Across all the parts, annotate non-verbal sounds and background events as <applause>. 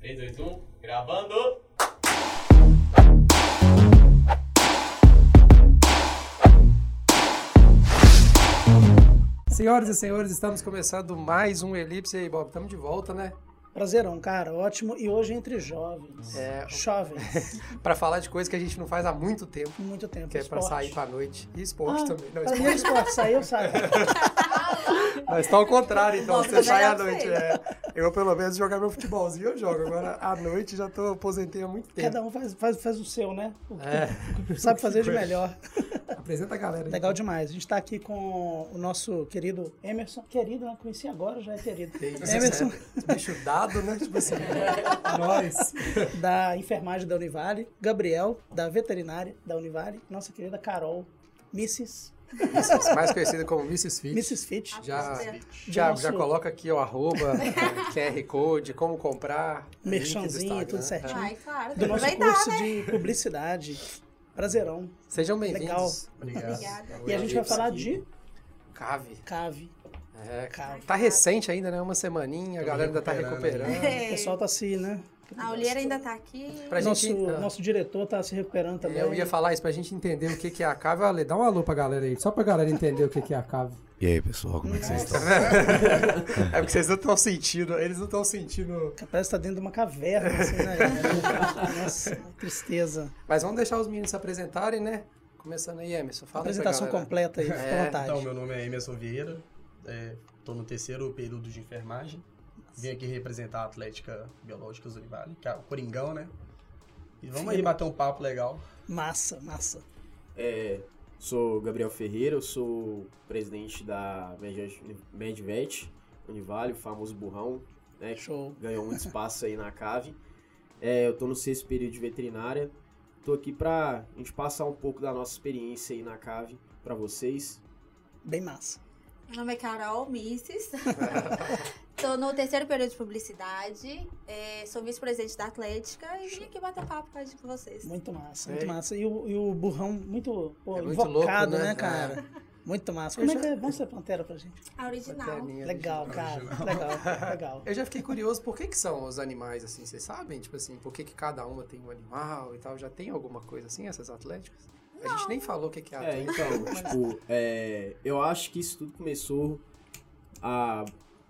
3, 2, 1, gravando! Senhoras e senhores, estamos começando mais um Elipse. E aí, Bob, estamos de volta, né? Prazerão, cara, ótimo. E hoje entre jovens. É. <laughs> Jovens. Pra falar de coisa que a gente não faz há muito tempo, Por Muito tempo. que é pra esporte. sair pra noite. E esporte Ah, também. Não, <laughs> pra esporte, mim é esporte, <laughs> saiu, saiu. mas tá ao contrário, então. Bob Você também sai não à noite, sei. é. Eu, pelo menos, jogar meu futebolzinho, eu jogo. Agora, à noite, já tô aposentei há muito tempo. Cada um faz, faz, faz o seu, né? O que É, sabe fazer de melhor. apresenta a galera aí. Legal demais. A gente tá aqui com o nosso querido Emerson. Querido, né? Conheci agora, já é querido. Que isso, né? Emerson, esse bicho dado, né? Tipo <laughs> assim, nós. da enfermagem da Univale. Gabriel, da veterinária da Univale. Nossa querida Carol. Mrs. Mais conhecido como Mrs. Fit. Mrs. Fit. Já, Mrs. Thiago, Do já nosso- coloca aqui o arroba, <laughs> QR Code, como comprar. link do Merchanzinho, Instagram. tudo certinho. Ai, claro, Do tem que nosso aproveitar, curso né? de publicidade. Prazerão. Sejam Legal. bem-vindos. Obrigado. Obrigada. E a gente vai falar de Cave. cave. É, Cave. Tá recente ainda, né? Uma semaninha, a Tamo galera ainda tá recuperando recuperando. O pessoal tá assim, né? É. A olheira ainda tá aqui. Pra nosso, gente. ah, nosso diretor tá se recuperando também. eu ia falar isso pra gente entender o que, que é a cave. Ale, dá um alô pra galera aí, só pra galera entender o que, que é a cave. E aí, pessoal, como é que vocês estão? <laughs> É porque vocês não estão sentindo, eles não estão sentindo. Parece que tá dentro de uma caverna, assim, <laughs> né? Nossa, que tristeza. Mas vamos deixar os meninos se apresentarem, né? Começando aí, Emerson. Fala aí pra Apresentação galera. completa aí, fica É, à vontade. Então, meu nome é Emerson Vieira, estou no terceiro período de enfermagem. Vim aqui representar a Atlética Biológicas Univale, que é o Coringão, né? E vamos aí bater um papo legal. Massa, massa. É, sou Gabriel Ferreira, eu sou presidente da Medvet- Medvet Univale, o famoso burrão, né, que Show. ganhou muito espaço aí na cave. É, eu tô no sexto período de veterinária, tô aqui pra gente passar um pouco da nossa experiência aí na cave pra vocês. Bem massa. Meu nome é Carol Misses. Tô no terceiro período de publicidade. é, sou vice-presidente da Atlética e vim aqui bater papo com a gente com vocês. Muito massa, Sei. muito massa. E o, e o burrão muito, pô, É muito invocado, louco, né? né, cara? Muito massa. Como é que é? Vamos ser pantera pra gente. A original. Lanterninha, Legal, cara. Legal, legal. Eu já fiquei curioso por que, que são os animais assim, vocês sabem? Tipo assim, por que, que cada uma tem um animal e tal? Já tem alguma coisa assim, essas atléticas? A gente nem falou o que, que é É, atlético. então, tipo, é, eu acho que isso tudo começou há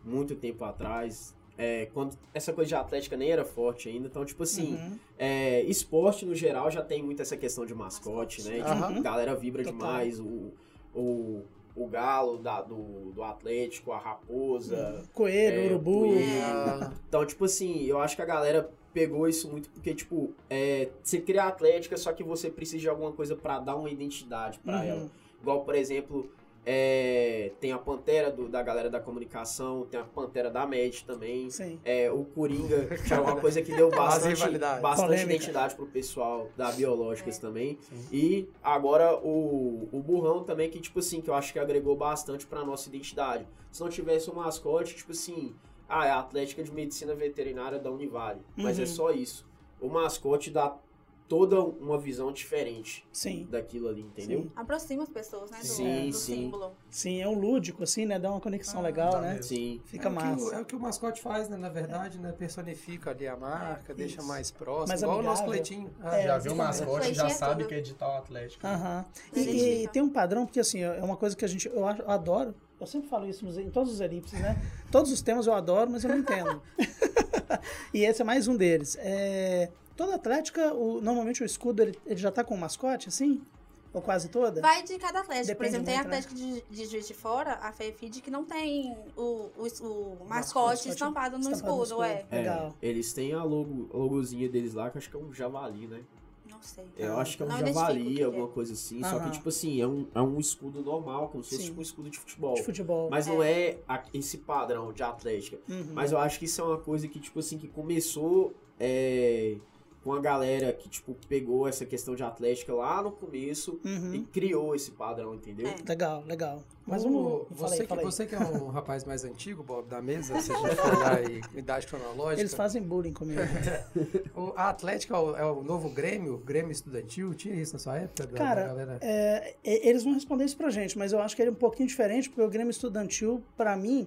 muito tempo atrás, é, quando essa coisa de atlética nem era forte ainda, então, tipo assim, Uhum. É, esporte, no geral, já tem muito essa questão de mascote, né? Aham. Tipo, a galera vibra Total. demais. O, o, o galo da- do, do Atlético, a raposa. Coelho, é, urubu. coelho. Ah, Então, tipo assim, eu acho que a galera pegou isso muito porque, tipo, é, você cria a atlética, só que você precisa de alguma coisa pra dar uma identidade pra Uhum. ela. Igual, por exemplo, é, tem a pantera do- da galera da comunicação, tem a pantera da MED também. Sim. É, o Coringa, que é uma coisa que deu As bastante, rivalidades. bastante Polêmica. identidade pro pessoal da Biológicas também. Sim. E agora o, o Burrão também, que tipo assim, que eu acho que agregou bastante pra nossa identidade. Se não tivesse um mascote, tipo assim, ah, é a Atlética de Medicina Veterinária da Univale. Mas é Uhum. só isso. O mascote dá toda uma visão diferente Sim, daquilo ali, entendeu? Sim. Aproxima as pessoas, né? Do, Sim, do sim. símbolo. sim, é um lúdico, assim, né? Dá uma conexão legal, tá né? mesmo. Sim. Fica Ah, é o que o- massa. é o que o mascote faz, né? Na verdade, né? Personifica ali a marca, É, deixa isso. mais próximo. Mais igual o nosso amigável. coletinho. Ah, É, já viu o exatamente. Ah. mascote, já Coisinha sabe toda. que é edital Atlético. Aham. Mas E- eles E, ficam. tem um padrão, porque assim, é uma coisa que a gente, eu acho- eu adoro, eu sempre falo isso nos- em todos os <laughs> elipses, né? Todos os temas eu adoro, mas eu não entendo. <laughs> e esse é mais um deles. É, toda atlética, o- normalmente o escudo, ele, ele já tá com o mascote, assim? Ou quase toda? Vai de cada Atlético. Por Depende exemplo, tem muito, né? Atlético de, de Juiz de Fora, a Fefid, que não tem o, o, o Mascote mascote estampado no estampado no escudo, é. escudo. É, Legal. eles têm a logo, a logozinha deles lá, que eu acho que é um javali, né? Não sei. Eu acho que é um Não identifico o que que javali, é. alguma coisa assim. Só Aham. que, tipo assim, é um, é um escudo normal, como se fosse Sim. tipo um escudo de futebol. De futebol. Mas não é a- esse padrão de atlética. Uhum. Mas eu acho que isso é uma coisa que, tipo assim, que começou é, com a galera que, tipo, pegou essa questão de atlética lá no começo Uhum. e criou esse padrão, entendeu? É. Legal, legal. Mas o- vamos. fala você, aí, que, fala aí. você que é <laughs> um rapaz mais antigo, Bob, da mesa, se a gente for olhar aí, <laughs> idade cronológica. Eles fazem bullying <laughs> comigo. O- a Atlética é o, é o novo Grêmio, Grêmio Estudantil, tinha isso na sua época? da- Cara, da galera? É, e- eles vão responder isso pra gente, mas eu acho que ele é um pouquinho diferente, porque o Grêmio Estudantil, pra mim,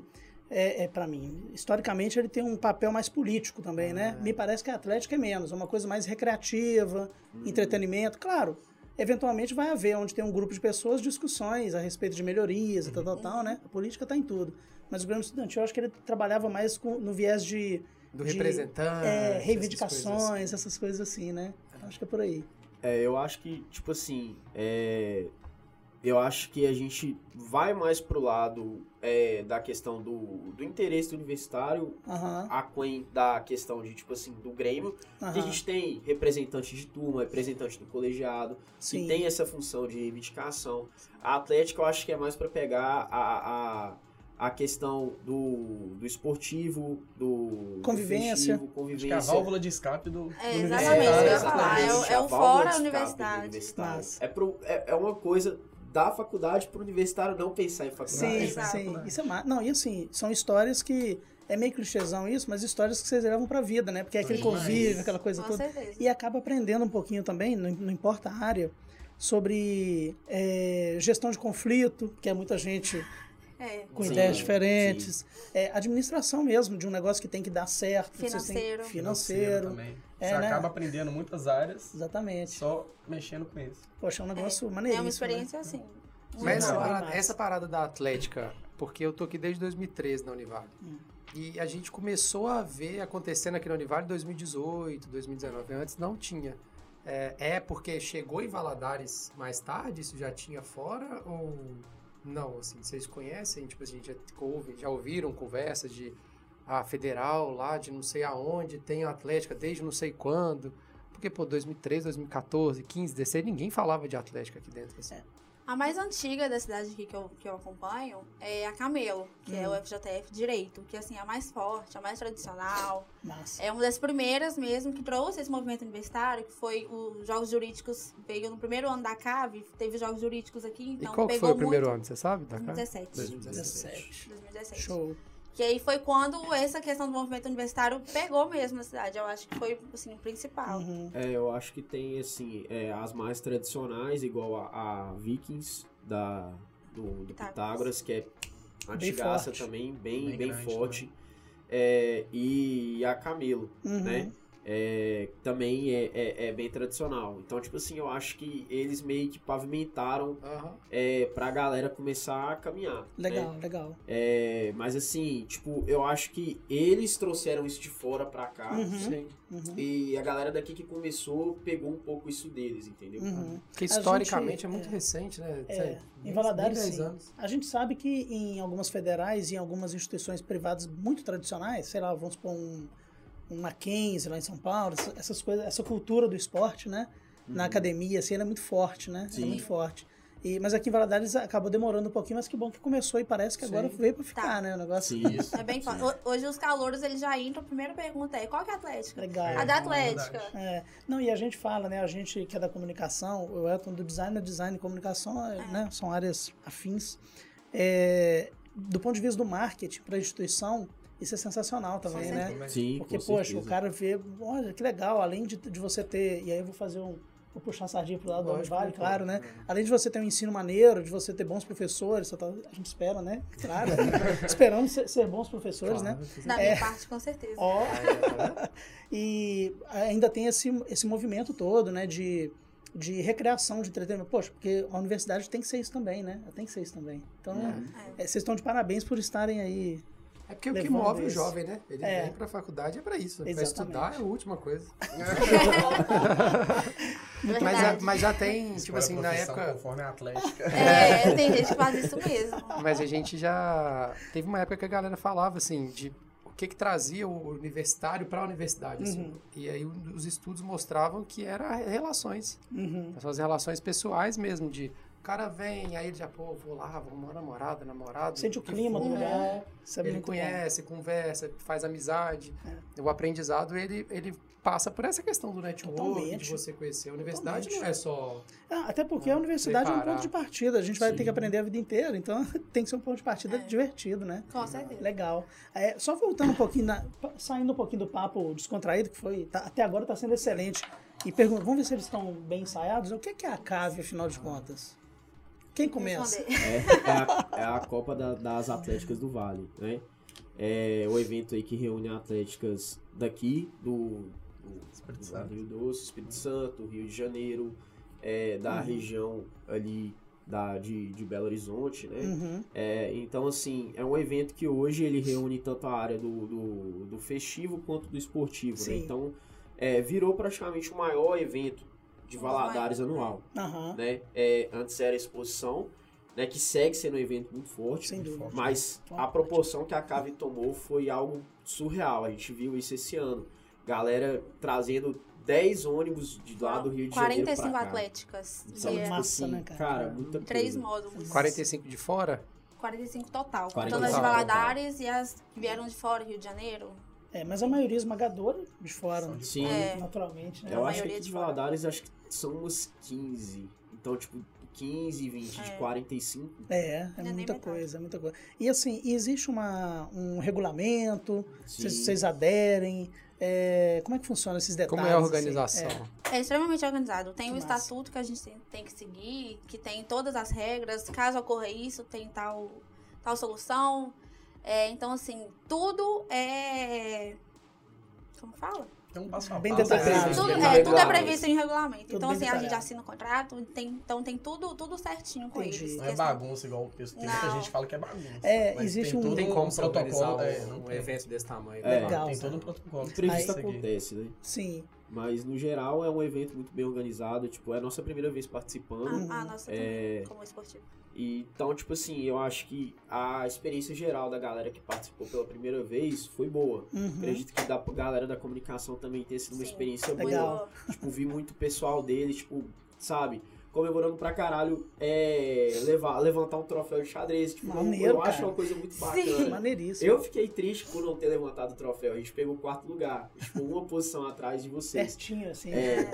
é, é para mim, historicamente ele tem um papel mais político também, Ah. né? Me parece que a Atlética é menos, é uma coisa mais recreativa, Hum. entretenimento. Claro, eventualmente vai haver, onde tem um grupo de pessoas, discussões a respeito de melhorias e tal, tal, tal, né? A política está em tudo. Mas o Grêmio Estudantil, eu acho que ele trabalhava mais com, no viés de, Do de, Ah, representante. essas é, coisas assim. reivindicações, essas coisas assim, né? Acho que é por aí. É, eu acho que, tipo assim, é, eu acho que a gente vai mais pro lado é, da questão do, do interesse do universitário, Aham, aquém da questão de, tipo assim, do Grêmio. Porque a aham. gente tem representante de turma, representante do colegiado, Sim. que tem essa função de reivindicação. A Atlética eu acho que é mais para pegar a, a, a questão do, do esportivo, do. do Convivência. festivo, Acho que é a convivência. válvula de né? escape do. É, do exatamente, universitário. eu ia falar. É, o- é um o A válvula fora de escape do universidade. universitário. Massa. É, pro, é, é uma coisa da faculdade pro universitário não pensar em faculdade. Sim, Exato. sim. Isso é ma... Não, e assim, são histórias que. É meio clichêzão isso, mas histórias que vocês levam pra vida, né? Porque é aquele Demais. convívio, aquela coisa Com toda. certeza. E acaba aprendendo um pouquinho também, não, não importa a área, sobre é, gestão de conflito, que é muita gente É. com Sim, ideias sim. diferentes. É, administração mesmo, de um negócio que tem que dar certo. vocês têm- Financeiro. financeiro. também. É, Você né? acaba aprendendo muitas áreas Exatamente. só mexendo com isso. Poxa, é um negócio É maneiríssimo. uma né? experiência assim. muito Mas essa Não, bem boa. parada, mais. essa parada da Atlética, porque eu tô aqui desde 2013 na Univale. E a gente começou a ver acontecendo aqui na Univale em 2018, 2019. Antes não tinha. É, é porque chegou em Valadares mais tarde, isso já tinha fora? Ou não? Assim, vocês conhecem? Tipo, a gente já, ouve, já ouviram conversas de "Ah, a federal lá de não sei aonde tem a Atlética desde não sei quando. Porque, pô, 2013, 2014, 15, 16, ninguém falava de Atlética aqui dentro. Assim. A mais antiga da cidade aqui que eu, que eu acompanho é a Camelo, que Hum. é o FJTF Direito, que assim é a mais forte, a mais tradicional. Massa. É uma das primeiras mesmo que trouxe esse movimento universitário, que foi os Jogos Jurídicos, veio no primeiro ano da CAVE, teve os Jogos Jurídicos aqui, E então qual que pegou foi o muito. primeiro ano, você sabe? Da cara? 2017. É, 17. 2017. Show. Que aí foi quando essa questão do movimento universitário pegou mesmo na cidade. Eu acho que foi assim, o principal. Hum. Uhum. É, eu acho que tem, assim, é, as mais tradicionais, igual a, a Vikings, da, do, do Pitágoras. Pitágoras, que é antigaça forte. também, bem, Bem bem, grande, forte. É, e a Camelo, Uhum. né? É, também é, é, é bem tradicional. Então, tipo assim, eu acho que eles meio que pavimentaram Aham. é, pra galera começar a caminhar. né? Legal, legal. É, mas assim, tipo, eu acho que eles trouxeram isso de fora pra cá. né? Uhum. Sim. Uhum. E a galera daqui que começou pegou um pouco isso deles, entendeu? Uhum. Que gente- historicamente é muito é. recente, né? É, Sei, em nem- Valadares, nem dez sim. anos. A gente sabe que em algumas federais e em algumas instituições privadas muito tradicionais, sei lá, vamos supor um, um Mackenzie lá em São Paulo, essa- essas coisas, essa cultura do esporte, né? Na academia, assim, ela é muito forte, né? Ela Uhum. Sim. é muito forte. E, mas aqui em Valadares acabou demorando um pouquinho, mas que bom que começou e parece que agora Sim. veio pra ficar, Tá. né? O negócio Sim, isso. É bem fácil. Ho- Hoje os calouros eles já entram. A primeira pergunta é: qual que é a Atlética? legal. A da É, Atlética. verdade. É, não, e a gente fala, né? A gente que é da comunicação, o Elton do design, o design e comunicação, é, né? São áreas afins. É, do ponto de vista do marketing para a instituição, isso é sensacional também, Com né? é certeza. tipo Sim, Porque, com poxa, certeza. o cara vê, olha, que legal, além de, de você ter, e aí eu vou fazer um, vou puxar a sardinha pro lado do Lógico, Vale, né, claro, né? claro, né? Além de você ter um ensino maneiro, de você ter bons professores, você tá- a gente espera, né? Claro, esperamos ser, ser bons professores, né? Da Claro. minha parte, com certeza. Ó, É, é. <laughs> e ainda tem esse, esse movimento todo, né? De, de recreação, de entretenimento. Poxa, porque a universidade tem que ser isso também, né? Ela Tem que ser isso também. Então, É. é, vocês estão de parabéns por estarem aí. É porque o que Levando move o isso. jovem, né? Ele É. vem pra faculdade é pra isso. Pra Exatamente. estudar é a última coisa. Mas, É Verdade. a- mas já tem, tipo <laughs> Escolhe a assim, na profissão época. Conforme a Atlética. É, tem gente que faz isso mesmo. Mas a gente já. Teve uma época que a galera falava, assim, de o que, que trazia o universitário pra universidade. assim. Uhum. E aí o- os estudos mostravam que era relações. Uhum. São as relações pessoais mesmo, de o cara vem, aí ele já, pô, vou lá, vou arrumar namorada, namorado. Sente o que clima do for. lugar. Isso é Ele muito bom. É. conhece, conversa, faz amizade. O aprendizado, ele, ele passa por essa questão do network, Totalmente. de você conhecer. A universidade Totalmente. não é só... Ah, até porque a universidade é um preparar. ponto de partida. A gente vai ter Sim. que aprender a vida inteira, então <laughs> tem que ser um ponto de partida É. divertido, né? Com certeza. Legal. É, só voltando um pouquinho, na- pa- saindo um pouquinho do papo descontraído, que foi tá- até agora está sendo excelente. E pergunta, vamos ver se eles estão bem ensaiados. O que é, que é a CAVE, afinal de contas? Quem começa? Responder. É, é a, é a Copa da- das Atléticas do Vale, né? É o evento aí que reúne atléticas daqui, do, do- Espírito do Santo. Rio Doce, Espírito Santo, Rio de Janeiro, é, Uhum. da região ali da, de, de Belo Horizonte, né? Uhum. É, então, assim, é um evento que hoje ele reúne tanto a área do, do, do festivo quanto do esportivo, né? Sim. Então, é, virou praticamente o maior evento de Uhum. O Valadares maior. anual, Aham. né? É, antes era a exposição, né? Que segue sendo um evento muito forte, Sem dúvida. mas a proporção que a Cave tomou foi algo surreal. A gente viu isso esse ano. Galera trazendo 10 ônibus de lá do Rio de Janeiro pra 45 cá. atléticas. São, e tipo Massa, assim, né, cara? cara? muita Três coisa. módulos. 45 de fora? 45 total. 45 Contando as de total. Valadares e as que vieram de fora, Rio de Janeiro. É, mas a maioria esmagadora de fora, né? Sim, É. naturalmente, né? a Eu acho que maioria aqui de de fora. Valadares acho que são umas 15. Então, tipo, 15, 20, de É. 45. É, é é nem muita metade. coisa, é muita coisa. E assim, e existe uma, um regulamento, Sim. vocês, vocês aderem, é, como é que funciona esses detalhes? Como é a assim? organização? É. É extremamente organizado. Tem Que o massa. estatuto que a gente tem, tem que seguir, que tem todas as regras. Caso ocorra isso, tem tal, tal solução. É, então, assim, tudo é. Como fala? Tem um passo a Bem passo. detalhado. Tudo é, tá regulamento. tudo é previsto em regulamento. Tudo então, bem assim, a gente detalhado. assina o contrato, tem- então tem tudo, tudo certinho com Entendi. eles. assim, Não é bagunça igual o pessoal. Tem muita Não. gente que fala que é bagunça. É, mas existe tem um- todo Não Não tem como um se organizar protocolo. um, é, não um tem. evento desse tamanho. É. né? Legal. Tem sabe? todo um protocolo. Imprevisto Aí- acontece, né? É, Sim, Mas, no geral, é um evento muito bem organizado. Tipo, é a nossa primeira vez participando. A, a nossa É. também, como esportivo. E, então, tipo assim, eu acho que a experiência geral da galera que participou pela primeira vez foi boa. uhum. Acredito que da galera da comunicação também tenha sido uma Sim. experiência boa. Legal. Tipo, vi muito pessoal dele, tipo, sabe, comemorando pra caralho, é, levar, levantar um troféu de xadrez. Tipo, Maneiro, eu acho cara. assim. uma coisa muito Sim. bacana. maneiríssimo. Eu fiquei triste por não ter levantado o troféu. A gente pegou o quarto lugar. Tipo, uma posição atrás <laughs> de vocês. Certinho, assim. É,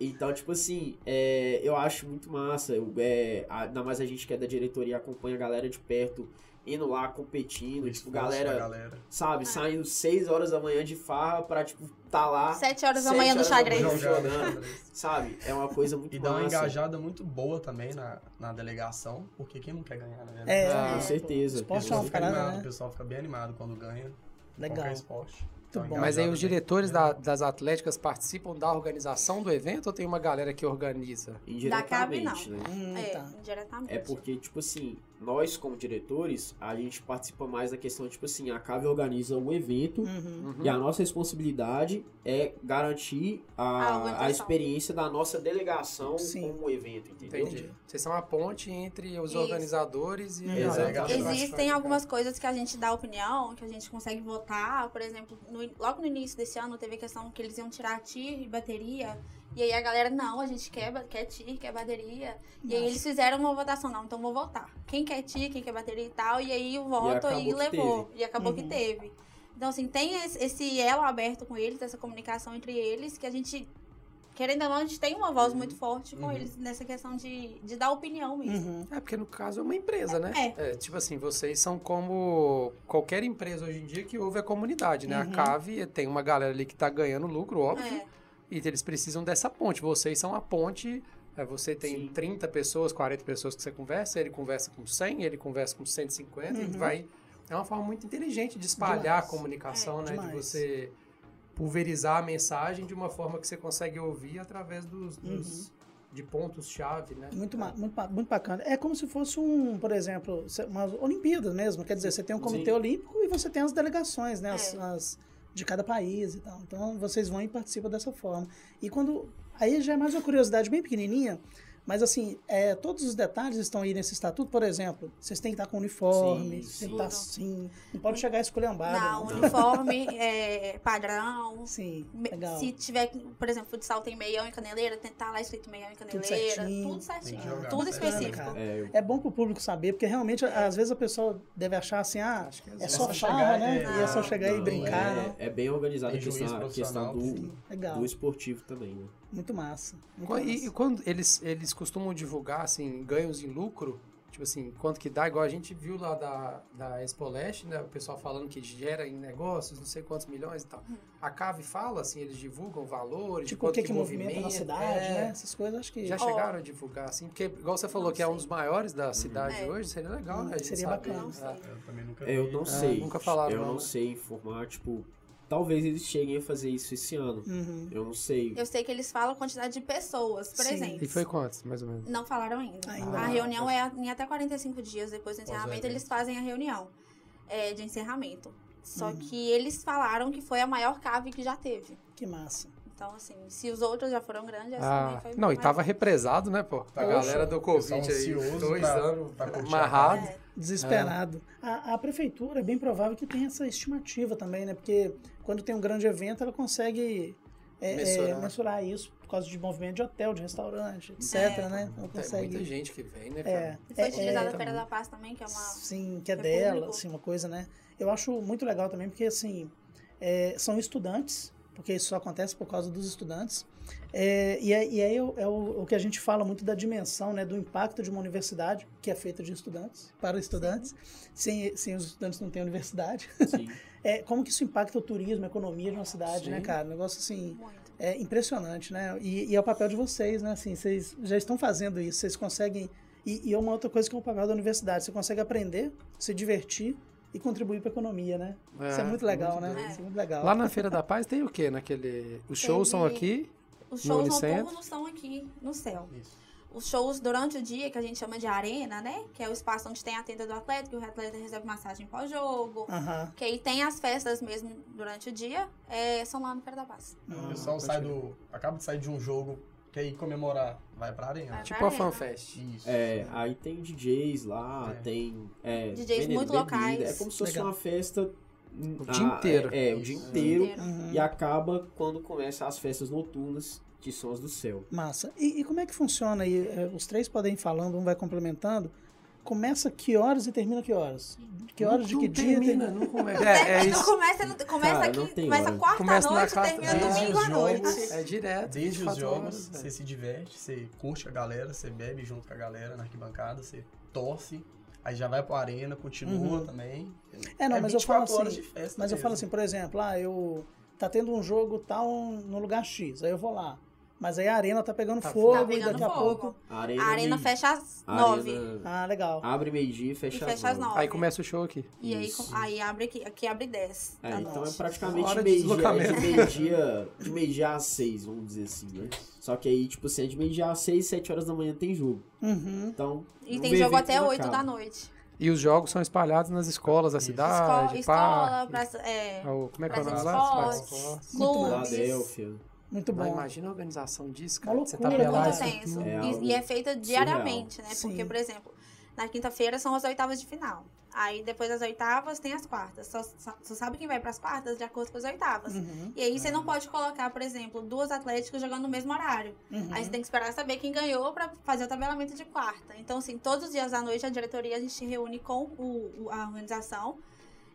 Então, tipo assim, é, eu acho muito massa. Eu, é, a- ainda mais a gente que é da diretoria, acompanha a galera de perto, indo lá, competindo. Esforço Tipo, da galera, galera. Ah. sabe, saindo 6 horas da manhã de farra pra, tipo, tá lá, É, Sete horas da Sete manhã no horas da xadrez. manhã. Jogando. sabe? É uma coisa muito E dá massa. uma engajada muito boa também na, na delegação, porque quem não quer ganhar, né? É, Ah, Com certeza. O O esporte é pessoal uma fica parada, animado, o né? pessoal fica bem animado quando ganha. Legal. Qualquer esporte. Então, bom. Mas aí engajado os bem. diretores da- das atléticas participam da organização do evento ou tem uma galera que organiza? Indiretamente, não. né? Hum, É, tá. indiretamente. É porque, tipo assim, nós como diretores, a gente participa mais da questão, tipo assim, a CAVE organiza um evento Uhum. Uhum. e a nossa responsabilidade é garantir A a, a, organização. experiência da nossa delegação Sim. como um evento, entendeu? Entendi. Vocês são a ponte entre os Isso. organizadores Uhum. e a Exato. galera que Existe- participa. Existem algumas coisas que a gente dá opinião, que a gente consegue votar. Por exemplo, no in- logo no início desse ano teve a questão que eles iam tirar TIR e bateria. E aí a galera, não, a gente quer, ba- quer TIR, quer bateria. E aí eles fizeram uma votação, não, então vou votar. Quem quer TIR, quem quer bateria e tal. E aí o voto acabou aí que levou. E acabou que Uhum. teve. Então, assim, tem esse- esse elo aberto com eles, essa comunicação entre eles, que a gente, querendo ou não, a gente tem uma voz muito forte com Uhum. eles nessa questão de, de dar opinião mesmo. Uhum. É, porque no caso é uma empresa, né? É. tipo assim, vocês são como qualquer empresa hoje em dia que ouve a comunidade, né? Uhum. A CAVE tem uma galera ali que tá ganhando lucro, óbvio, É. e eles precisam dessa ponte. Vocês são a ponte. é, Você tem Sim. 30 pessoas, 40 pessoas que você conversa, ele conversa com 100, ele conversa com 150, Uhum. e vai. É uma forma muito inteligente de espalhar Demais. a comunicação, É, né? demais. De você pulverizar a mensagem de uma forma que você consegue ouvir através dos, dos- de pontos-chave, né? Uhum. Muito, ma- muito, ba- muito bacana. É como se fosse um, por exemplo, se- uma Olimpíada mesmo. Quer dizer, você tem um comitê Sim. olímpico e você tem as delegações, né? As, É. as- de cada país e tal. Então vocês vão e participam dessa forma. E quando. Aí já é mais uma curiosidade bem pequenininha, mas assim, é, todos os detalhes estão aí nesse estatuto. Por exemplo, vocês têm que estar com uniforme, Sim, tem que sim. estar assim. Não pode chegar esculhambado. Não, um uniforme é, padrão. Sim, Me- legal. Se tiver, por exemplo, futsal tem meião e caneleira, tem- tá lá escrito meião e caneleira, certinho. tudo Tem certinho, que jogar, tudo né? específico. Bacana, É, eu- É bom pro público saber, porque realmente, às vezes a pessoa deve achar assim, ah, Acho que é isso. só só farra, chegar, né? é, E é só não, chegar e não, brincar, é. né? então, é, é bem organizado a Tem juiz questão, a questão profissional, do, Sim, legal. do esportivo também, né? Muito massa. Muito é. E, tipo, e massa. quando eles, eles costumam divulgar assim, ganhos em lucro, Tipo assim, quanto que dá, igual a gente viu lá da, da Expo Leste, né? O pessoal falando que gera em negócios, não sei quantos milhões e tal. Uhum. A CAVE fala, assim, eles divulgam valores, de Tipo, o quanto que, que movimenta movimenta na cidade, é. né? Essas coisas, acho que Já Ó. chegaram a divulgar, assim, porque, igual você falou, Não que é um sei. dos maiores da cidade É. hoje, seria legal, né? a gente Seria saber. bacana. Não sei. Eu também nunca É, Eu vi. não Ah, sei. nunca falaram, Eu não, não né? sei informar, tipo. Talvez eles cheguem a fazer isso esse ano. Uhum. Eu não sei. Eu sei que eles falam a quantidade de pessoas Sim. presentes. E foi quantos, mais ou menos? Não falaram ainda. Ainda a não. reunião tá. é em até 45 dias depois do é, Pós o encerramento, evento. né? eles fazem a reunião é, de encerramento. Só Uhum. que eles falaram que foi a maior cave que já teve. que massa. Então, assim, se os outros já foram grandes, essa também Ah, foi não, e mais- um. tava represado, né, pô? A Poxa, galera do Covid pessoal aí, ansioso dois pra- anos, pra curtir a amarrado. É, Desesperado. A, a prefeitura é bem provável que tenha essa estimativa também, né? Porque quando tem um grande evento, ela consegue é, é, mensurar. Mensurar. Hum. isso por causa de movimento de hotel, de restaurante, etc, É. né? Ela Tem então, muita consegue. gente que vem, né, É, cara? Foi é, utilizada é, a Feira tá da Paz também, que é uma. Sim, que é é dela, público. assim, uma coisa, né? Eu acho muito legal também, porque assim, é, são estudantes, porque isso só acontece por causa dos estudantes. É, e aí é, o- é o, o que a gente fala muito da dimensão, né? Do impacto de uma universidade, que é feita de estudantes, para estudantes. Sem, sem os estudantes não tem universidade. Sim. É, como que isso impacta o turismo, a economia de uma cidade, Sim. né, cara? Um negócio assim. Muito. É impressionante, né? E, e é o papel de vocês, né? Assim, vocês já estão fazendo isso, vocês conseguem. E, e é uma outra coisa que é o papel da universidade: você consegue aprender, se divertir e contribuir para a economia, né? isso é muito legal, né? doido. Isso é muito legal. Lá na Feira da Paz tem o quê? Naquele. Os shows são aqui. Os No shows Unicentro? noturnos são aqui no céu. Isso. Os shows durante o dia, que a gente chama de arena, né? Que é o espaço onde tem a tenda do atleta, que o atleta recebe massagem pós-jogo. Aham. Que aí tem as festas mesmo durante o dia, é, são lá no Feira da Paz. O pessoal sai do. Acaba de sair de um jogo, quer ir comemorar, vai pra arena. Vai Tipo a Arena. FanFest. Isso. É, aí tem DJs lá, É. tem. É, DJs vendendo muito bebida. locais. É como se fosse Legal. uma festa. O dia inteiro. É, é, o dia Isso. inteiro. Inteiro. Uhum. E acaba quando começam as festas noturnas, que são as do céu. Massa. E, e como é que funciona aí? É, Os três podem ir falando, um vai complementando. Começa que horas e termina que horas? Que horas de Não que dia? termina, tem- não começa. É, é Não isso. Então começa, no- começa Cara, não aqui, tem começa hora. quarta Começa na noite, quarta- né? termina Desde domingo os à noite. jogos. É direto. Desde os 24 jogos, horas, você velho. se diverte, você curte a galera, você bebe junto com a galera na arquibancada, você torce, aí já vai pra arena, continua Uhum. também. É, não, mas eu falo 24 horas assim, de festa Mas eu mesmo. falo assim, por exemplo, ah, eu tá tendo um jogo tal no lugar X, aí eu vou lá. Mas aí a arena tá pegando Tá fogo Tá e pegando daqui a pouco. fogo. A arena, A arena meio- fecha às a arena nove. Ah, legal. Abre meio-dia e E fecha, fecha às nove. Aí começa o show aqui. E aí, Isso. com- aí abre aqui, aqui abre dez. É, da então é noite. praticamente Hora de meio-dia. É deslocamento. de meio-dia de meio-dia às seis, vamos dizer assim, né? Só que aí, tipo assim, é de meio-dia às seis, sete horas da manhã tem jogo. Uhum. Então. E não tem vê jogo evento até não oito acaba. da noite. E os jogos são espalhados nas escolas da Isso. cidade. escola, parque. escola praça, é, Ah, o- Como é que é o praça nome de lá? esportes, clubes. Filadélfia. Muito Ah, bom. imagina a organização disso, Uma cara. Você tá loucura, né? É pelado. muito Relaxa. tenso. É E- um algo e, é feita diariamente, né? Porque, Sim. por exemplo, na quinta-feira são as oitavas de final. Aí depois das oitavas tem as quartas. Só, só- só sabe quem vai pras quartas de acordo com as oitavas. Uhum, E aí você não pode colocar, por exemplo, duas atléticas jogando no mesmo horário. uhum. Aí você tem que esperar saber quem ganhou pra fazer o tabelamento de quarta. Então, assim, todos os dias à noite a diretoria a gente se reúne com o, o- a organização.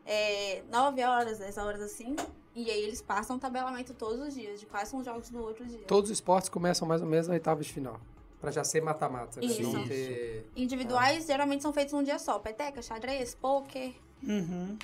É, 9 horas, 10 horas assim. E aí eles passam o tabelamento todos os dias, de quais são os jogos no outro dia. Todos os esportes começam mais ou menos na oitava de final. Pra já ser mata-mata. né? Isso. Não ter- Individuais geralmente são feitos num dia só. Peteca, xadrez, pôquer, Uhum.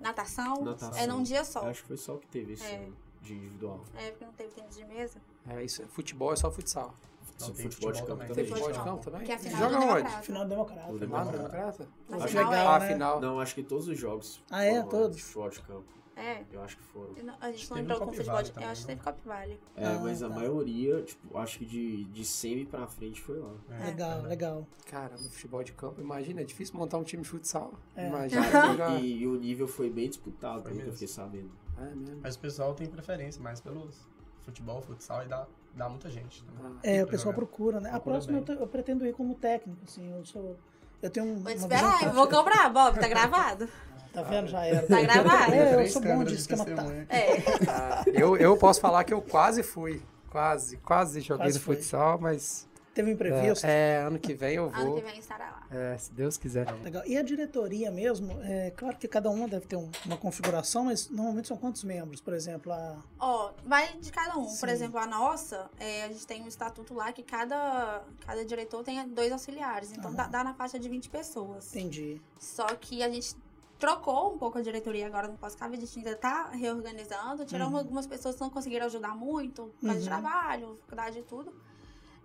natação, Natação. É num dia só. Acho que foi só o que teve esse É. ano de individual. É porque não teve tênis de mesa. É isso. Futebol é só futsal. Não, tem futebol de futebol campo também. também. Futebol de campo também? Que é a final Joga do onde? Democrata. Final do O democrata. Lá Democrata. no Democrata? A Acho final legal. é. Ah, né? final. Não, acho que todos os jogos. Ah, é? foram Todos? De futebol de campo. é. Eu acho que foram. E não- A gente Acho que não teve entrou no com Cop futebol. Valley de- Eu também, acho que né? teve Cop Valley. É, Ah, mas a tá. maioria, tipo, acho que de, de semi pra frente foi lá. É, Legal, é. legal. Cara, no futebol de campo, imagina, é difícil montar um time de futsal. É. Imagina <laughs> Cara, jogar. e, e o nível foi bem disputado, Foi pelo que eu mesmo. fiquei sabendo. É mesmo. Mas o pessoal tem preferência mais pelos futebol, futsal e dá, dá muita gente. né? Ah, É, Pra o pessoal jogar. procura, né? A Procura próxima eu, bem. te- eu pretendo ir como técnico, assim, eu sou... Eu tenho um. Vou te uma esperar, visão eu vou cobrar, Bob. <laughs> Tá gravado? prática. Tá vendo? Já era. Tá gravado? É, eu Três sou bom câmeras de de esquema tático. testemunha. É. ah, eu, eu posso falar que eu quase fui. Quase, quase joguei Quase no foi. futsal, mas Teve um imprevisto. É, ano que vem eu Ano que vou. vem estará lá. É, se Deus quiser. Legal. E a diretoria mesmo, é claro que cada uma deve ter um- uma configuração, mas normalmente são quantos membros? Por exemplo, a. Ó, vai de cada um. Por Sim. exemplo, a nossa, é, a gente tem um estatuto lá que cada, cada diretor tem dois auxiliares. Então Ah. dá, dá na faixa de 20 pessoas. Entendi. Só que a gente trocou um pouco a diretoria agora no pós-cave, a gente ainda tá reorganizando. Tiramos algumas pessoas que não conseguiram ajudar muito, por causa Uhum. de trabalho, faculdade e tudo.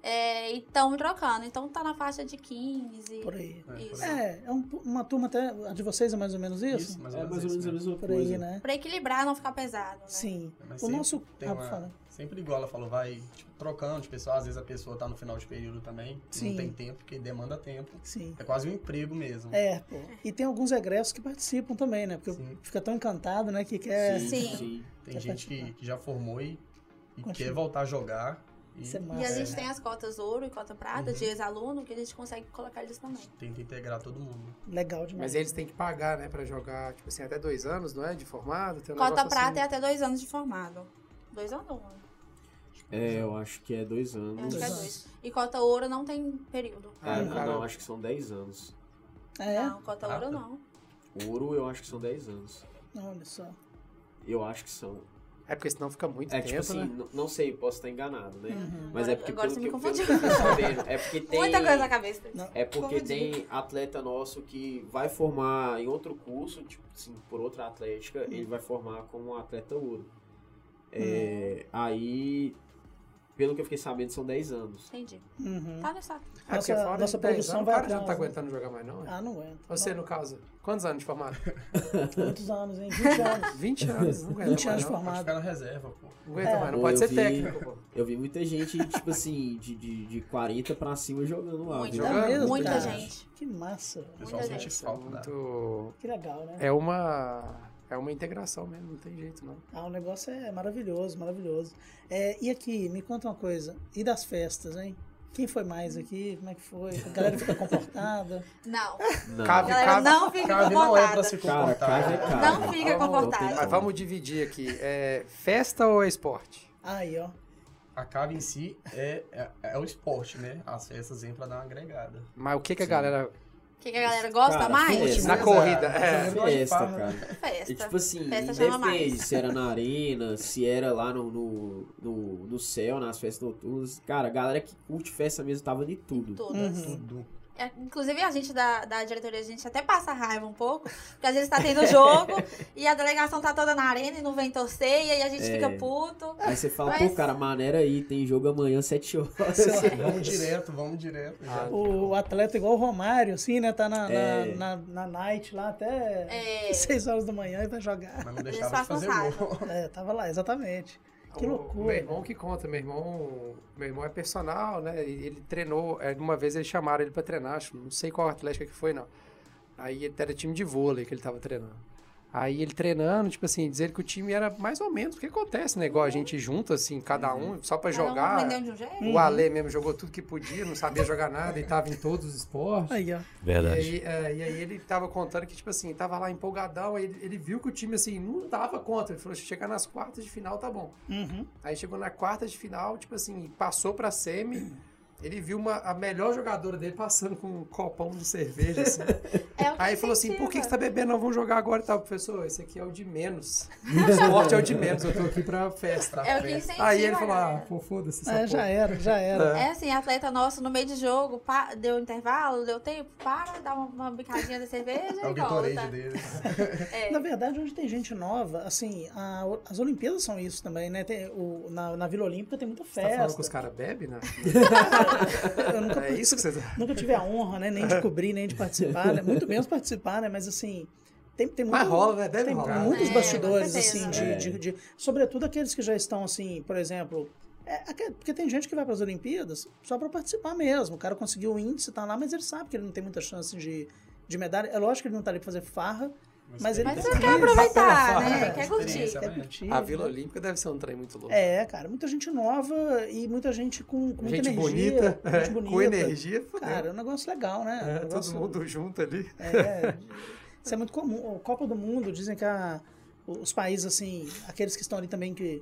É, e estão trocando. Então tá na faixa de 15. Por aí. É, por Isso. aí. É, é um- uma turma até. A de vocês é mais ou menos isso? Isso, mais ou É mais menos ou menos isso, a né? mesma Por aí, coisa. né? Pra equilibrar, não ficar pesado, né? Sim. Mas O sempre nosso. tem Ah, uma- fala. Sempre igual, ela falou, vai tipo, trocando de pessoal. Às vezes a pessoa tá no final de período também. Sim. Não tem tempo, porque demanda tempo. Sim. É quase um emprego mesmo. É, pô. E tem alguns egressos que participam também, né? Porque Sim. fica tão encantado, né? Que quer. Sim. Tem Quer gente que, participar. que já formou e, e Continua. quer voltar a jogar. E Isso é E a massa. gente tem as cotas ouro e cota prata Uhum. de ex-aluno que a gente consegue colocar eles também. tenta integrar todo mundo. Legal demais. Mas eles têm que pagar, né, pra jogar, tipo assim, até dois anos, não é? De formado. Tem um Cota negócio prata assim. é até dois anos de formado. Dois anos, um ano. É, eu acho que é dois Eu acho anos. que é Dois dois. E cota ouro não tem período. Ah, Ah, não, cara. não, acho que são 10 anos. É? Não, cota Prata? ouro não. Ouro, eu acho que são 10 anos. Olha só. Eu acho que são. É porque senão fica muito É, tempo, tipo assim, né? n- não sei, posso estar enganado, né? Uhum. Mas Agora- é porque agora pelo você que, me eu- pelo que confundiu. eu tô sabendo, é porque <laughs> tem... Muita coisa na cabeça. Não. É porque Confundi. tem atleta nosso que vai formar em outro curso, tipo assim, por outra atlética, ele vai formar como um atleta ouro. É, Aí, pelo que eu fiquei sabendo, são 10 anos. Entendi. Uhum. Tá no estatuto. É porque Nossa- fora nossa de 10 produção anos, vai o cara já atrás, não tá né? aguentando jogar mais, não? é? Ah, não aguenta. Você, no caso, quantos anos de formado? Quantos anos, hein? 20 anos. 20 anos, não aguenta mais, 20 anos não. Pode formado. ficar na reserva, pô. Não aguenta É. mais, não Pô, pode eu ser vi- Tá. técnico, pô. Eu vi muita gente, tipo assim, de, de, de 40 pra cima jogando lá. Muita, viu? Jogando, mesmo, né? muita cara. gente. Que massa. velho. O pessoal Muita sente Isso é falta. da- muito... Que legal, né? É uma... É uma integração mesmo, não tem jeito, não. Tá. Ah, o negócio é maravilhoso, maravilhoso. É, e aqui, me conta uma coisa. E das festas, hein? Quem foi mais Hum. aqui? Como é que foi? A galera <laughs> fica comportada? Não. Não. Cabe- Galera, não fica Cave não é pra comportada. se Cara, comportar. cara é cara. Não fica Vamos- Não confortável. Mas vamos dividir aqui. É festa ou é esporte? Aí, ó. A cave em si é, é, é o esporte, né? As festas vêm pra dar uma agregada. Mas o que, que a Sim. galera. O que, que a galera gosta Cara, mais? festa. Na Exato. corrida, é. Eu gosto de Festa, farra. cara. Festa. E, tipo assim, Festa chama depende mais. se era na arena, se era lá no, no, no, no céu, nas festas noturnas. Cara, a galera que curte festa mesmo tava de tudo. Todas. Uhum. Tudo. É, inclusive, a gente da, da diretoria, a gente até passa raiva um pouco, porque às vezes tá tendo <laughs> jogo e a delegação tá toda na arena e não vem torcer, e aí a gente É. fica puto. Aí você fala, Mas- pô, cara, maneira aí, tem jogo amanhã, 7 horas. Vamos direto, vamos direto. já. Ah, O, o atleta igual o Romário, assim, né? Tá na, na, É. na, na night lá até <laughs> É, 6 horas da manhã e vai jogar. Mas não Eles deixava de passam fazer raiva. gol. É, tava lá, exatamente. Que Ah, o- loucura. Meu irmão que conta, meu irmão, meu irmão é personal, né? E Ele treinou, é, uma vez eles chamaram ele pra treinar, acho, não sei qual atlética que foi, não. Aí ele era time de vôlei que ele tava treinando. Aí ele treinando, tipo assim, dizer que o time era mais ou menos, o que acontece, né? Igual a gente junta, assim, cada Uhum. um, só pra cada um jogar. aprendeu de um jeito. Uhum. O Ale mesmo jogou tudo que podia, não sabia jogar nada e tava em todos os esportes. Aí, ó. Verdade. E aí, é, e aí ele tava contando que, tipo assim, tava lá empolgadão, aí ele, ele viu que o time, assim, não dava conta. Ele falou, chegar nas quartas de final, tá bom. Uhum. Aí chegou na quarta de final, tipo assim, passou pra semi, ele viu uma, a melhor jogadora dele passando com um copão de cerveja, <laughs> assim. É o que Aí ele falou assim, incentiva. por que que você tá bebendo? Não, vamos jogar agora e tal. Professor, esse aqui é o de <laughs> menos. O esporte é o de menos, eu tô aqui pra festa. É o que incentiva. tá Aí ele falou, galera. ah, pô, foda-se essa É, já porra. era, já era. É assim, atleta nosso no meio de jogo, pa- deu intervalo, deu tempo, para, dá uma, uma bicadinha da cerveja É o e volta. Gatorade dele. É. Na verdade, onde tem gente nova, assim, a- as Olimpíadas são isso também, né? Tem o- na, na Vila Olímpica tem muita Você tá festa. falando que os caras bebem, né? Eu nunca, <laughs> É isso que você tá... nunca tive a honra, né? Nem de cobrir, nem de participar, né? Muito menos participar, né? Mas assim, tem, tem muito. Mas rola, né? Deve Tem rolar. muitos É, bastidores, com assim, certeza. de, É. de- de- Sobretudo aqueles que já estão, assim, por exemplo. é, aque- porque tem gente que vai para as Olimpíadas só para participar mesmo. O cara conseguiu o índice, tá lá, mas ele sabe que ele não tem muita chance de, de medalha. É lógico que ele não tá ali pra fazer farra, mas ele Mas tá você quer feliz, aproveitar, Tá Rafa, é, né? Quer experiência. curtir. quer curtir. A Vila Olímpica deve ser um trem muito louco. É, cara, muita gente nova e muita gente com, com muita gente, energia. bonita, gente <laughs> bonita. com energia, fodeu. Cara, é um negócio legal, né? É, um todo negócio, mundo junto ali. É, isso é muito comum. O Copa do Mundo, dizem que a- os países, assim, aqueles que estão ali também que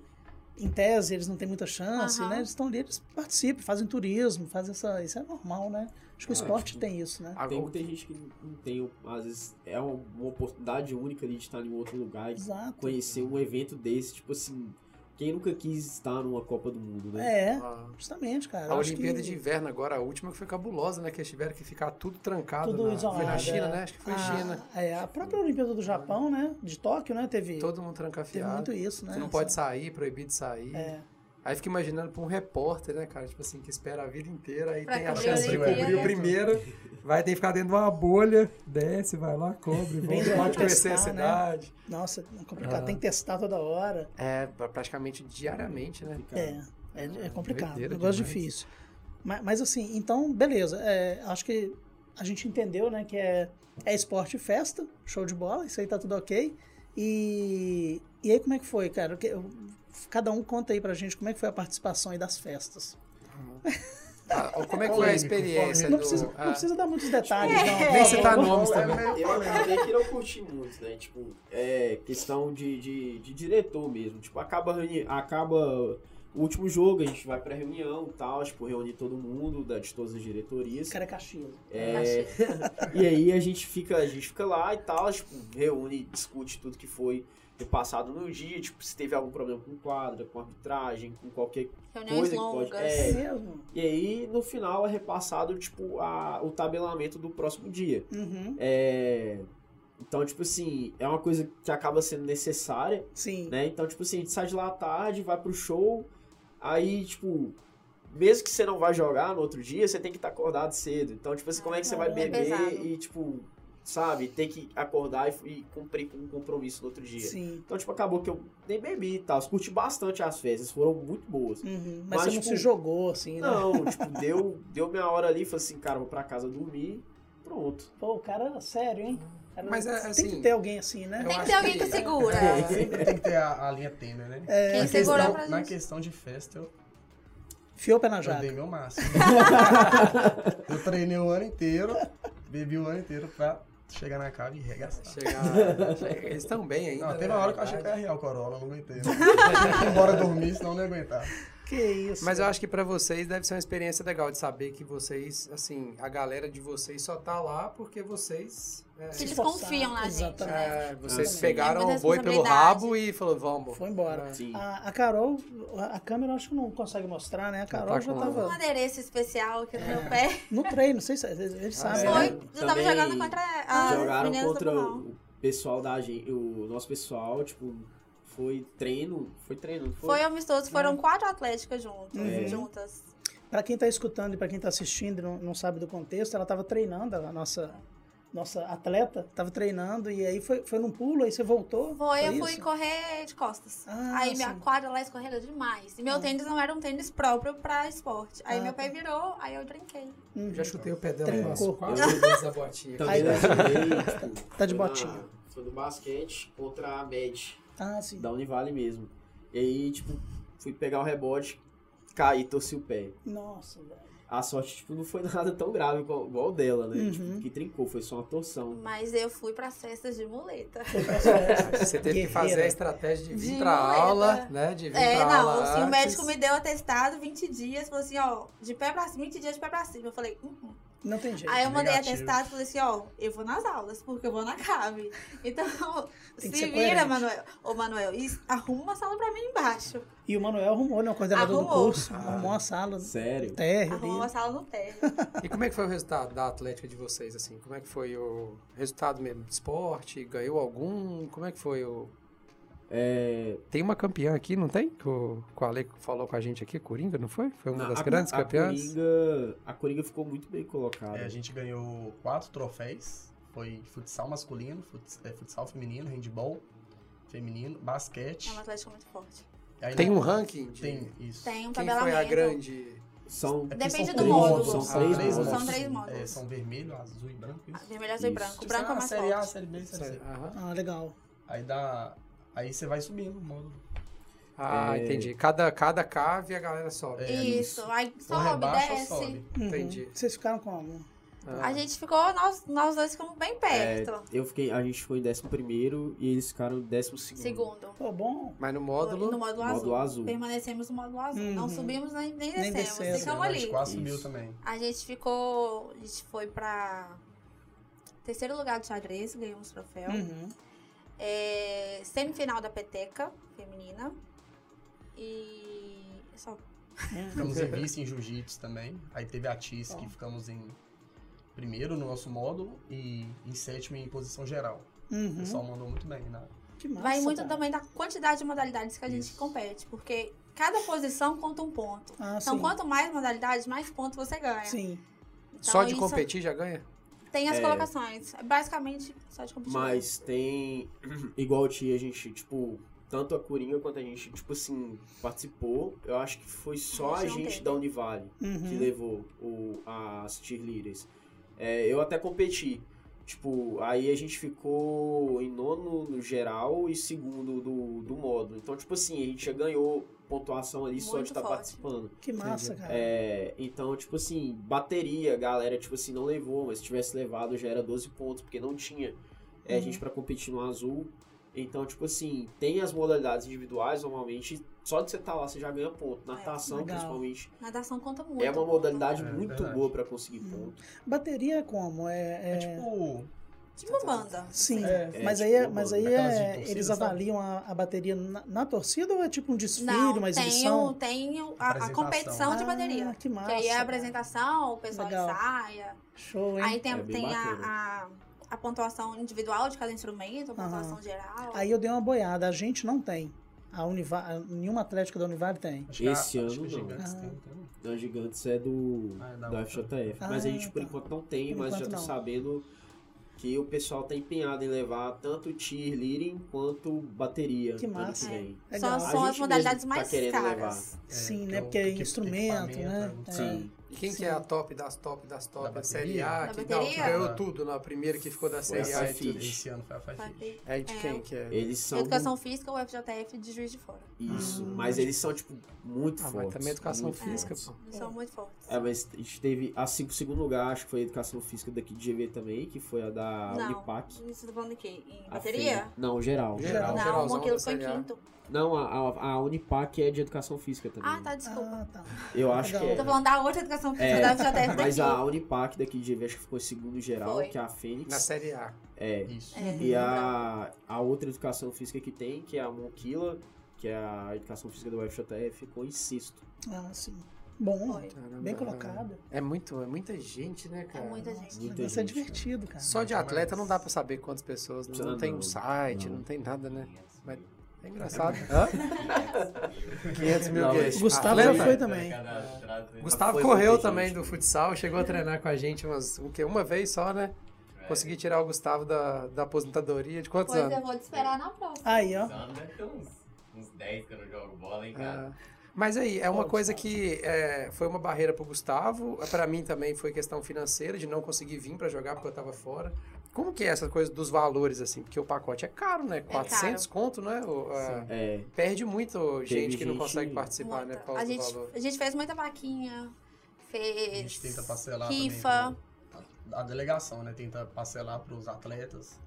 em tese, eles não têm muita chance, Aham. né? Eles estão ali, eles participam, fazem turismo, fazem essa. Isso é normal, né? Acho que o Ah, esporte acho- tem isso, né? Agora, Tem, tem gente que não tem, às vezes é uma, uma oportunidade única de estar em outro lugar e Exato. conhecer um evento desse, tipo assim, quem nunca quis estar numa Copa do Mundo, É, né? a- justamente, Ah, cara. a Eu acho Olimpíada que- de Inverno agora, a última, que foi cabulosa, né? Que eles tiveram que ficar tudo trancado. Tudo na, Foi na isolado, China, é. né? Acho que foi a, China. É, a própria Olimpíada do Japão, né? De Tóquio, né? Teve, Todo mundo teve trancafiado. muito isso, né? Você não pode sair, proibido de sair. É. Aí fica imaginando pra um repórter, né, cara? Tipo assim, que espera a vida inteira, aí Pra tem a cobrir a chance de Olimpíada. cobrir o primeiro, vai ter que ficar dentro de uma bolha, desce, vai lá, cobre, volta, Bem pode legal conhecer a testar, né? cidade. Nossa, é Ah. complicado. Tem que testar toda hora. É, pra- praticamente diariamente, né? Ficar- É, é, é complicado. Doideira Negócio demais. difícil. Mas, mas assim, então, beleza. É, acho que a gente entendeu, né? Que é, é esporte e festa, show de bola, isso aí tá tudo ok. E, e aí, como é que foi, cara? O que- eu- cada um conta aí pra gente como é que foi a participação aí das festas. Ah, como é que foi a experiência? Não do- precisa, não ah, precisa dar muitos detalhes, não. <laughs> Nem tá Não, citar vamos- nomes Bom, também. é, Eu acabei que não curti muito, né? Tipo, é questão de, de, de diretor mesmo. Tipo, acaba, a reuni- acaba o último jogo, a gente vai pra reunião e tal, tipo, reúne todo mundo, da, de todas as diretorias. Esse cara é Caxias. É, e aí a gente fica, a gente fica lá e tal, tipo, reúne, discute tudo que foi passado no dia, tipo, se teve algum problema com quadra, com arbitragem, com qualquer Reuniões Coisa que pode- longas. É. mesmo? E aí, no final, é repassado, tipo, a, o tabelamento do próximo dia. Uhum. É, Então, tipo assim, é uma coisa que acaba sendo necessária, Sim. né? Então, tipo assim, a gente sai de lá à tarde, vai pro show, aí, tipo, mesmo que você não vai jogar no outro dia, você tem que estar acordado cedo. Então, tipo assim, como é que você vai É beber pesado. e, tipo, sabe, ter que acordar e, e cumprir com um compromisso no outro dia. Sim. Então, tipo, acabou que eu nem bebi e tal. Eu Curti bastante as festas, foram muito boas. Uhum. Mas, Mas, você não tipo, se jogou, assim, né? Não, tipo, deu, deu minha hora ali, falei assim, cara, vou pra casa dormir, pronto. Pô, o cara, sério, hein? Cara, Mas é, Tem assim, que ter alguém assim, né? eu Tem que acho ter alguém que que- segura. É, Sempre tem que ter a, a linha tênue, né? É. Quem Na segurar questão- pra Na gente. questão de festa, eu, Fiou o pé na eu dei jaca. <laughs> meu máximo. eu treinei o ano inteiro, bebi o ano inteiro pra chegar na cave e regaçar. Chegar, chegar- eles estão bem ainda. Não, né, teve na uma hora que eu achei verdade. que era real Corolla, não aguentei. não. Eu fui embora dormir, senão eu não ia aguentar. Que isso. Mas eu acho que pra vocês deve ser uma experiência legal de saber que vocês, assim, a galera de vocês só tá lá porque vocês. é, Eles esforçaram. confiam na gente, Exatamente. é, vocês Exatamente. pegaram É muita o boi pelo responsabilidade. rabo e falou, vamos. Foi embora. É. Sim. A, a Carol, a a câmera eu acho que não consegue mostrar, né? A Carol tá já com- Um tava adereço especial aqui no meu pé. no treino, não sei se eles É. Ah, sabem. né? Foi. Eu tava Também jogando contra as jogaram meninas Ah, do contra Burrão. o pessoal da gente, o nosso pessoal, tipo, foi treino, foi treino, não foi, Foi um- amistoso, É. foram quatro atléticas juntas. Uhum. juntas. Pra quem tá escutando e pra quem tá assistindo e não, não sabe do contexto, ela tava treinando, a nossa, nossa atleta tava treinando e aí foi, foi num pulo, aí você voltou. Foi, eu isso? fui correr de costas. Ah, Aí minha sim. quadra lá escorrega demais. E meu Ah. tênis não era um tênis próprio pra esporte. Aí Ah, meu pé tá. virou, aí eu trinquei. Uhum. Já chutei o pé dela Trincou. quase- quase vezes a botinha. Também Aí- eu joguei, tipo, Tá de Então, foi na- botinha. Foi do basquete contra a Med, Ah, sim. da Univale mesmo. E aí, tipo, fui pegar o rebote, caí, torci o pé. Nossa, velho. A sorte, tipo, não foi <laughs> nada tão grave igual, igual dela, né? Uhum. Tipo, que trincou, foi só uma torção. Mas eu fui pras festas de muleta. Foi pra festa. Você teve que fazer a Guerreira. estratégia de vir De pra moeda. aula, né? De vir É, pra não, aula. assim, o antes. médico me deu atestado 20 dias, falou assim, ó, de pé pra cima, 20 dias de pé pra cima. Eu falei, hum, hum. Não tem jeito. Aí eu mandei negativo. atestado e falei assim, ó, eu vou nas aulas, porque eu vou na <laughs> CAVE. Então, Tem que se ser coerente. vira, Manuel. Ô, Manuel, e arruma uma sala pra mim embaixo. E o Manuel arrumou, né? O coordenador do Arrumou. curso. Arrumou a sala, Sério? térreo Arruma uma ali. sala no térreo. E como é que foi o resultado da Atlética de vocês, assim? Como é que foi o resultado mesmo de esporte? Ganhou algum? Como é que foi o... É, Tem uma campeã aqui, não tem? Que O, que o Ale falou com a gente aqui, Coringa, não foi? Foi uma na- das a- grandes a campeãs. Coringa, a Coringa ficou muito bem colocada. É, a gente ganhou quatro troféus. Foi futsal masculino, futs- é, futsal feminino, handball feminino, basquete. É um atlético muito forte. Aí Tem na- um ranking? de- Tem, isso. Tem um Quem foi tabelamento. a grande... São É porque Depende são do três módulo. módulos, São três módulos. São três módulos. É, são vermelho, azul e branco. Ah, Isso. Vermelho, azul e Isso. branco. O Tipo, branco é o sei lá, mais série A, forte. série B, série C. Aham. Ah, legal. Aí dá. Aí você vai subindo o módulo. Ah, É. entendi. Cada, cada cave a galera sobe. É. Isso. Aí ou sobe, rebaixa ou desce. sobe. Uhum. Entendi. Vocês ficaram como? Ah. A gente ficou, nós, nós dois ficamos bem perto. É, eu fiquei, a gente ficou em 11 e eles ficaram em 12. Segundo. Pô, bom. Mas no No, módulo. módulo azul. Módulo azul. Permanecemos no módulo azul. Uhum. Não subimos nem, nem Nem descemos. descemos, Ficamos ali. Quase subiu Isso. também. A gente ficou. A gente foi pra terceiro lugar do xadrez, ganhamos troféu. Uhum. É, semifinal da peteca feminina. E. Só. Ficamos <laughs> em vice em jiu-jitsu também. Aí teve a TIS, que ficamos em primeiro no nosso módulo e em sétimo em posição geral. O Uhum. pessoal mandou muito bem né? na Que massa, Vai muito cara. também da quantidade de modalidades que a gente Isso. compete, porque cada posição conta um ponto. Ah, Então, sim. quanto mais modalidades, mais pontos você ganha. Sim. Então, Só de isso competir já ganha? Tem as É. colocações. Basicamente, só de competir. Mas tem. <clears throat> Igual o Tia, a gente, tipo. Tanto a Coringa quanto a gente, tipo assim, participou. Eu acho que foi só A a gente não gente teve. da Univale Uhum. que levou o, as cheerleaders. É, eu até competi. Tipo, aí a gente ficou em nono no geral e segundo do, do módulo. Então, tipo assim, a gente já ganhou pontuação ali só de Muito estar forte. participando. Que massa, cara. É, então, tipo assim, bateria, galera, tipo assim, não levou, mas se tivesse levado já era 12 pontos, porque não tinha é, Uhum. gente pra competir no azul. Então, tipo assim, tem as modalidades individuais, normalmente, só de você estar lá você já ganha ponto. Natação, É, legal. principalmente, Natação conta muito. é uma modalidade É, muito verdade. boa pra conseguir Uhum. ponto. Bateria é como? É, É é- tipo. Tipo uma banda. Sim, É, é, mas, tipo, aí, é- mas aí é- daquelas de torcida, eles sabe? avaliam a, a bateria na, na torcida ou é tipo um desfile, Não, uma tem, o, exibição? tem o- a, a Apresentação. competição de Ah, bateria. que massa. que aí é a cara. apresentação, o pessoal Legal. ensaia. Show, hein? Aí tem, É bem tem bacana. a, a, a pontuação individual de cada instrumento, a pontuação geral. Aí eu dei uma boiada. A gente não tem. A Univa... a- Nenhuma atlética da Univale tem. Acho que a- Esse acho ano que a não. Gigantes Ah. tem, tem. Da Gigantes é do, Ah, é da da, outra. FJF. Ah, mas a gente, por tá. enquanto, não tem, Por mas já enquanto, tô não. sabendo que o pessoal tá empenhado em levar tanto cheerleading quanto bateria. Que ano massa. vem. Legal. Só, A são as gente modalidades mesmo tá mais querendo caras. É, Sim, que né? é o- Porque é que- instrumento, né? equipamento, É. Sim. Quem que é a top das top das top? Da a Série A, bateria? que, Da não, que bateria? ganhou tudo na primeira que ficou da É. Foi Série a A. e Fafite. tudo. Esse ano foi a Fafite. É de É. quem que é? Eles são. Educação física ou FJF de Juiz de Fora. Isso, mas eles são, tipo, muito Ah, mas fortes. também educação muito física, fortes. pô. Eles são muito fortes. É, mas a gente teve a cinco segundo lugar, acho que foi a educação física daqui de GV também, que foi a da Não. Unipac. Você tá falando de quê? Em A bateria? feia. Não, geral. Geral. Não, Tá geralzão aquilo da foi em Série A. quinto. Não, a, a, a Unipac é de educação física também. Ah, tá, desculpa. Ah, tá. Eu acho Legal. que é. Tô falando da outra educação física É, da FJF Mas daqui. a Unipac daqui de GV acho que ficou em segundo geral, Foi. que é a Na Fênix. Série A. É. Isso. É. E a, a outra educação física que tem, que é a Monquila, que é a educação física do UFJF, ficou em sexto. Ah, sim. Bom, Foi. bem Caramba. colocado. É, muito, é muita gente, né, É cara? muita Nossa, gente. Muita Isso é gente, divertido, cara. Só de atleta não dá pra saber quantas pessoas. Não, Ah, tem um não. site, não. Não. tem nada, né? Mas é engraçado. Hã? 500 mil Não, gays. O Gustavo Atleta? já foi também. Cada né? traseiro. Gustavo Foi correu muita também gente. do futsal, chegou a treinar com a gente umas, o quê? uma vez só, né? É. Consegui tirar o Gustavo da, da aposentadoria. De quantos Pois anos? eu vou te esperar na próxima. Aí, ó. Esse ano deve ter uns, uns 10 que eu não jogo bola, hein, cara. Ah, Mas aí, é uma Pô, coisa Gustavo. que é, foi uma barreira pro Gustavo, pra mim também foi questão financeira, de não conseguir vir pra jogar porque eu tava fora. Como que é essa coisa dos valores, assim? Porque o pacote é caro, né? 400 conto, né? O, a- É, perde muito gente que não gente- consegue participar, né? Por Muita. causa A do gente, valor. a gente fez muita vaquinha, A fez gente tenta parcelar rifa. né? também. pro- A delegação, né? Tenta parcelar pros atletas,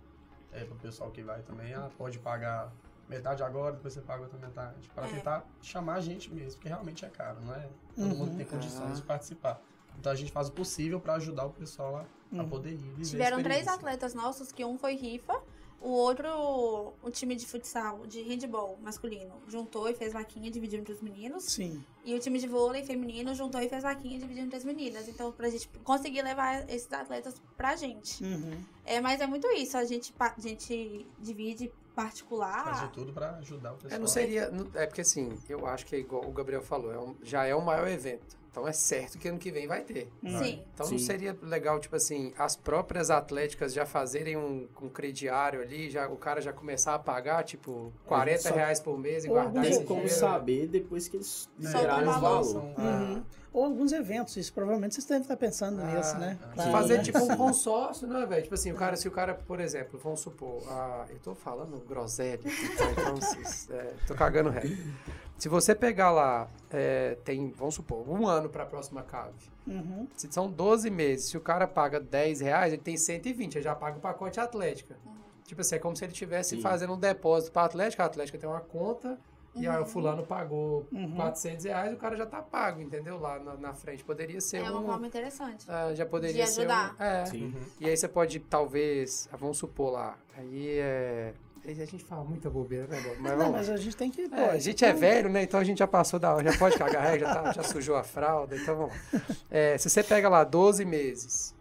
é, pro pessoal que vai também. Ah, pode pagar metade agora, depois você paga outra metade. Pra É. tentar chamar a gente mesmo, porque realmente é caro, não é? Todo Uhum. mundo tem condições Ah. de participar. Então a gente faz o possível pra ajudar o pessoal a, a Uhum. poder ir. viver a Tiveram três experiência. atletas nossos, que um foi rifa, o outro, o time de futsal, de handball masculino, juntou e fez vaquinha, dividiu entre os meninos. Sim. E o time de vôlei feminino juntou e fez vaquinha, dividiu entre as meninas. Então, pra gente conseguir levar esses atletas pra gente. Uhum. É, mas é muito isso, a gente, pa- a gente divide Faz de particular. tudo pra ajudar o pessoal. É, não seria. não- É porque assim, eu acho que é igual o Gabriel falou, é um- já é o maior evento. Então é certo que ano que vem vai ter. Sim. Então não Sim. seria legal, tipo assim, as próprias atléticas já fazerem um, um crediário ali, já, o cara já começar a pagar, tipo, 40 só- reais por mês e Ou guardar algum esse tem jeito. como dinheiro. saber depois que eles Né? Soltam liberaram o o Uhum. valor. Ah, Ou alguns eventos, isso provavelmente vocês devem estar pensando Ah, nisso, né? ah, Claro, Fazer né? tipo um Sim. consórcio, né, velho? Tipo assim, o cara, se o cara, por exemplo, vamos <laughs> supor, ah, eu tô falando groselha, aqui, tá? então vocês, é, tô cagando reto. Se você pegar lá, é, tem, vamos supor, um ano para a próxima cave. Uhum. Se são 12 meses, se o cara paga 10 reais, ele tem 120, ele já paga o pacote Atlética. Uhum. Tipo assim, é como se ele estivesse Sim. fazendo um depósito para Atlética, a Atlética tem uma conta e aí o Uhum. fulano pagou Uhum. 400 reais, o cara já tá pago, entendeu? Lá na, na frente. Poderia ser É uma um. forma interessante. ah, já poderia de ser. um- ajudar. é. uhum. Sim. Uhum. E aí você pode, talvez, ah, vamos supor lá, aí é. aí A gente fala muita bobeira, né, Bob? Mas Não, vamos lá. mas a gente tem que. pô, É, a gente é velho, né? Então a gente já passou da hora, já pode cagar regra, já, tá- já sujou a fralda, então vamos lá. É, se você pega lá 12 meses,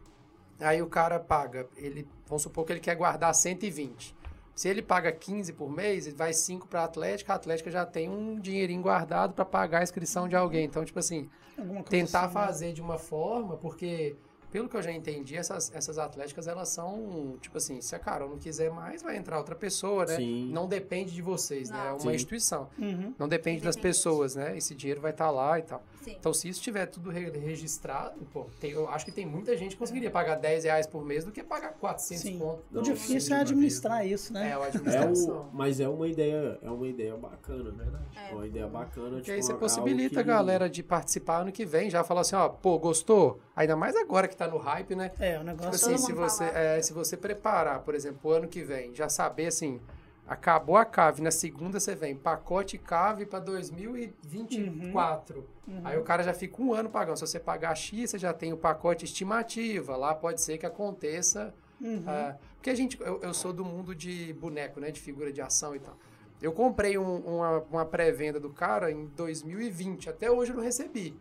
aí o cara paga, ele, vamos supor que ele quer guardar 120. Se ele paga 15 por mês, ele vai 5 para a Atlética, a Atlética já tem um dinheirinho guardado para pagar a inscrição de alguém. Então, tipo assim, alguma coisa tentar assim, né? fazer de uma forma, porque pelo que eu já entendi, essas, essas atléticas, elas são, tipo assim, se a Carol não quiser mais, vai entrar outra pessoa, né? Sim. Não depende de vocês, né? É uma Sim. instituição. Uhum. Não depende das Independente. pessoas, né? Esse dinheiro vai estar lá e tal. Sim. Então, se isso tiver tudo re- registrado, pô, tem- eu acho que tem muita gente que conseguiria pagar 10 reais por mês do que pagar 400 Sim. conto. O Não, difícil é sim, administrar isso, né? É, a É administração. um, mas é uma ideia, é uma ideia bacana, né? Verdade. É uma ideia bacana. Porque Tipo, aí você algo possibilita que- a galera de participar ano que vem, já falar assim, ó, pô, gostou? Ainda mais agora que tá no hype, né? É, o Tipo negócio. Todo assim, se mundo você, fala. é, se você preparar, por exemplo, o ano que vem, já saber assim, acabou a cave, na segunda você vem, pacote cave pra 2024. Uhum. Aí o cara já fica um ano pagando. Se você pagar X, você já tem o pacote estimativa. Lá pode ser que aconteça. Uhum. ah, porque a gente, eu, eu sou do mundo de boneco, né? De figura de ação e tal. Eu comprei um- uma, uma pré-venda do cara em 2020. Até hoje eu não recebi.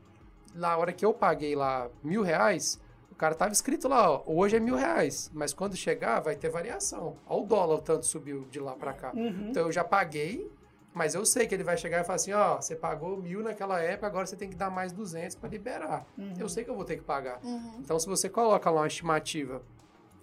Na hora que eu paguei lá mil reais, o cara tava escrito lá, ó, hoje é mil reais. Mas quando chegar, vai ter variação. Olha o dólar, o tanto subiu de lá pra cá. Uhum. Então eu já paguei, mas eu sei que ele vai chegar e falar assim, ó, você pagou mil naquela época, agora você tem que dar mais 200 para liberar. Eu sei que eu vou ter que pagar. Uhum. Então se você coloca lá uma estimativa,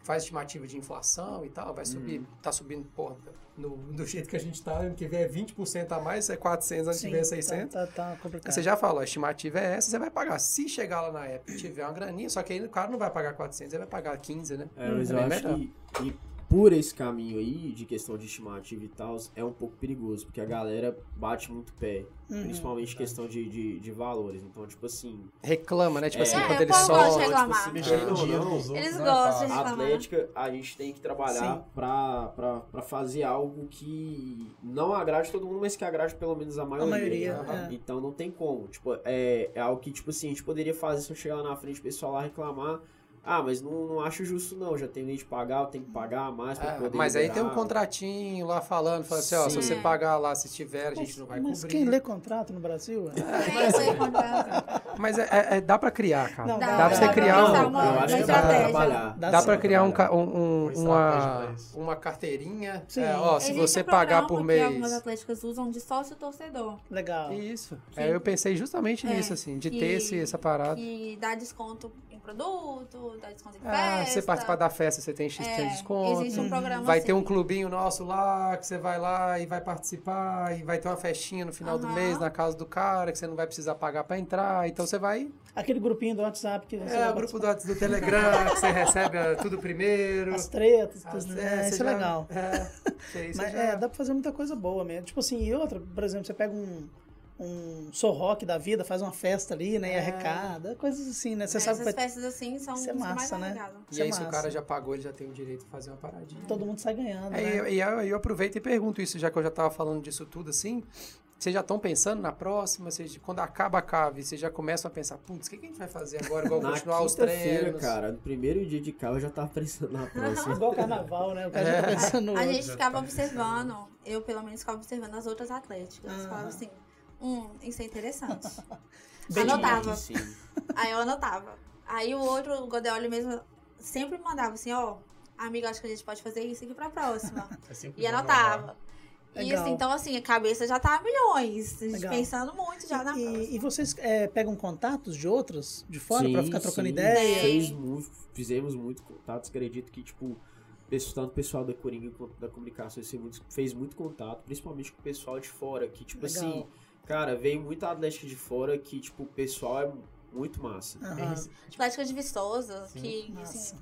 faz estimativa de inflação e tal, vai subir, tá subindo, porra, no, do jeito que a gente tá, ano que vem é 20% a mais, é 400, ano que Sim, vem é 600. Tá, tá, tá complicado. Você já falou, a estimativa é essa, você vai pagar. Se chegar lá na época e tiver uma graninha, só que aí o cara não vai pagar 400, ele vai pagar 15, né? É, mas É eu bem acho melhor. que e por esse caminho aí, de questão de estimativa e tal, é um pouco perigoso, porque a galera bate muito pé, Uhum. principalmente questão de, de, de valores. Então, tipo assim, Reclama, né? Tipo É. assim, É, quando o ele povo gosta de solta. reclamar. tipo, se mexer Mexer no no dinheiro não. dos outros. Eles não é gostam fácil. a reclamar. Atlética, a gente tem que trabalhar pra, pra, pra fazer algo que não agrade todo mundo, mas que agrade pelo menos a maioria. maioria, Aham. é. Então não tem como. Tipo, é, é algo que, tipo assim, a gente poderia fazer se eu chegar lá na frente e o pessoal lá reclamar. Ah, mas não, não acho justo não, já tem lei de pagar, eu tenho que pagar mais pra É, poder mas aí tem um liberar. contratinho lá falando, falando assim, ó, se Sim. você pagar lá, se tiver, a gente Mas- não vai Mas cobrir. quem lê contrato no Brasil? <laughs> é- É, isso aí, contrato. Mas é- é- é- dá pra criar, cara. Não, dá, dá, pra dá você pra criar pensar um, uma- Eu acho que dá pra estratégia. trabalhar. Dá dá sim. pra criar um, trabalhar. ca- um- um- Uma estratégia uma, pra isso. uma carteirinha. Sim. É, ó, se Existe você um pagar programa por que mês. Algumas atléticas usam de sócio torcedor, Legal. Isso. Sim. É, eu pensei justamente É, nisso, assim, de que- ter esse, essa parada. que dá desconto em produto, dá desconto em Ah, festa. você participar da festa, você tem X é, de desconto. Existe um programa Vai assim. ter um clubinho nosso lá, que você vai lá e vai participar, e vai ter uma festinha no final do Aham. mês na casa do cara, que você não vai precisar pagar pra entrar. Então você vai Aquele grupinho do WhatsApp que você É, vai o grupo do, Whats- do Telegram, <laughs> que você recebe ah, tudo primeiro. participar, as tretas, As- tudo, é, né? você isso é já- legal. <laughs> É, isso aí, você Mas já- é, dá pra fazer muita coisa boa mesmo. Tipo assim, e outra, por exemplo, você pega um, um soul rock da vida, faz uma festa ali, né? E É. arrecada, coisas assim, né? Você É, sabe que Essas vai- festas assim são Isso é são mais massa, né? arregadas. E aí, isso se é o massa. cara já pagou, ele já tem o direito de fazer uma paradinha. todo mundo sai ganhando, É, né? e e eu, eu aproveito e pergunto isso, já que eu já tava falando disso tudo assim. Vocês já estão pensando na próxima? Vocês, quando acaba a cave, vocês já começam a pensar, putz, o que, que a gente vai fazer agora? Igual Na continuar os quinta-feira, treinos. cara, no primeiro dia de carro eu já tava pensando na <laughs> próxima. É Igual carnaval, né? O É. cara já tá pensando no A outro. gente ficava observando, eu pelo menos ficava observando as outras atléticas. Aham. Falava assim, hum, isso é interessante. Ah. <laughs> Bem anotava. Sim. Aí eu anotava. Aí o outro, o Godeoli mesmo, sempre mandava assim, ó, amigo, acho que a gente pode fazer isso aqui pra próxima. É sempre E bom anotava. E Legal. assim, então assim, a cabeça já tá a milhões. a gente Legal. Pensando muito tá já na próxima. E, e vocês é, pegam contatos de outros de fora pra Sim, ficar trocando sim. ideia? Fez muito, fizemos muito contatos, acredito que, tipo, pessoal- tanto o pessoal da Coringa quanto da comunicação isso é muito- fez muito contato, principalmente com o pessoal de fora, que, tipo Legal. assim, cara, veio muita atlética de fora que, tipo, o pessoal é muito massa. Pra... Aham. Tem rece- Atlética de Viçosa, Sim. que assim, Massa.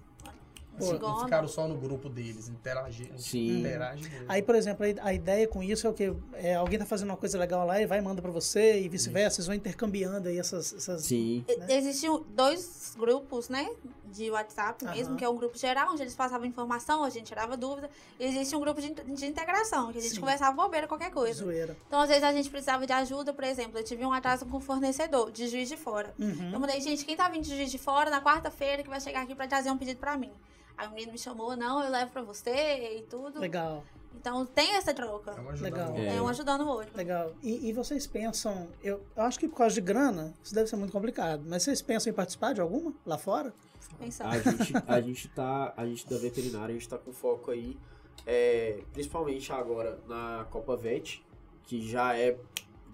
Assim, Pô. não ficaram só no grupo deles, Ah, interagiram. Sim. é. Interagem mesmo. Aí, por exemplo, a- a ideia com isso é o que alguém tá fazendo uma coisa legal lá e vai e manda pra você e vice-versa, vocês vão intercambiando aí essas, essas Sim. E- né? Existiam dois grupos, né? De WhatsApp mesmo, Aham. que é um grupo geral, onde eles passavam informação, a gente tirava dúvida. E existe um grupo de, in- de integração, que a gente Sim. conversava bobeira, qualquer coisa. zoeira. Então, às vezes, a gente precisava de ajuda, por exemplo, eu tive um atraso com o fornecedor, de juiz de fora. Uhum. Eu mandei, gente, quem tá vindo de Juiz de Fora na quarta-feira que vai chegar aqui pra trazer um pedido pra mim? Aí o menino me chamou, não, eu levo pra você e tudo. Legal, Então tem essa troca. É uma ajuda Legal. boa. É. É um ajudando o outro. legal. E, e vocês pensam, eu, eu acho que por causa de grana, isso deve ser muito complicado, mas vocês pensam em participar de alguma lá fora? Tá. Pensando. A gente, a gente tá. A gente da veterinária, a gente tá com foco aí. é, principalmente agora na Copa Vet, que já é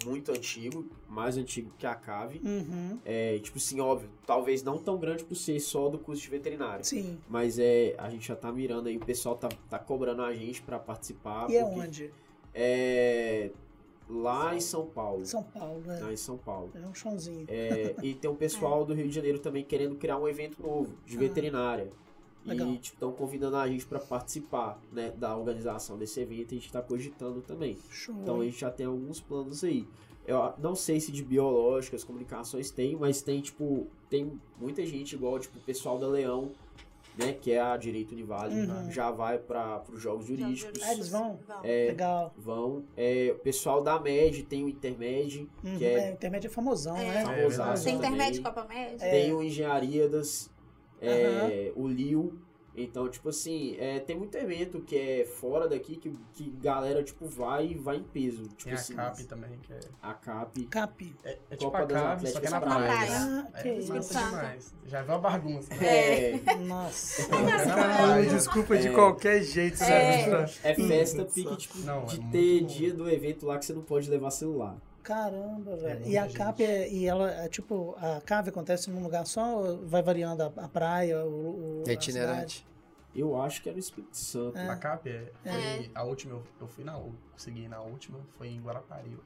muito antigo, mais antigo que a CAVE. Uhum. É, tipo assim, óbvio, talvez não tão grande por ser só do curso de veterinário. Sim. Mas é, a gente já tá mirando aí, o pessoal tá, tá cobrando a gente pra participar. E é Ah, porque- onde? É. Lá em São Paulo. São Paulo, é. Lá em São Paulo. É um chãozinho. É, e tem um <laughs> pessoal do Rio de Janeiro também querendo criar um evento novo de Ah. veterinária. Legal. E estão convidando a gente pra participar né, da organização desse evento e a gente tá cogitando também. Show. Então a gente já tem alguns planos aí. Eu não sei se de biológicas, comunicações tem, mas tem, tipo, tem muita gente igual, tipo, o pessoal da Leão, né, que é a Direito Univale, Uhum. já vai para os jogos jurídicos. Ah, eles vão? É. Legal. Vão. É, o pessoal da MED tem o Intermed, Uhum. que é- É, intermédio é famosão, É. né? famosaço Tem também. internet, Copa Média. É. tem o Engenharidas, é, o Liu. Então, tipo assim, é, tem muito evento que é fora daqui que, que galera, tipo, vai vai em peso. É, Tipo Tem a assim, CAP também, que é. a CAP. Cap. É, é tipo Copa a das CAP, só que é na Atléticas praia. Praia. Ah, que É, isso. massa Santo. demais. Já viu a bagunça. né? É. Nossa. Caralho, Praia. desculpa de É. qualquer jeito, É. sabe? É festa pique, tipo, Não, de é muito ter bom. dia do evento lá que você não pode levar celular. Caramba, velho. e muita a gente. CAP, é, e ela, é tipo, a CAV acontece num lugar só, ou vai variando a, a praia, o, o É a cidade? itinerante. Eu acho que era o Espírito Santo. A CAP é. É. foi A última, eu, eu fui na. Eu consegui ir na última, foi em Guarapari. eu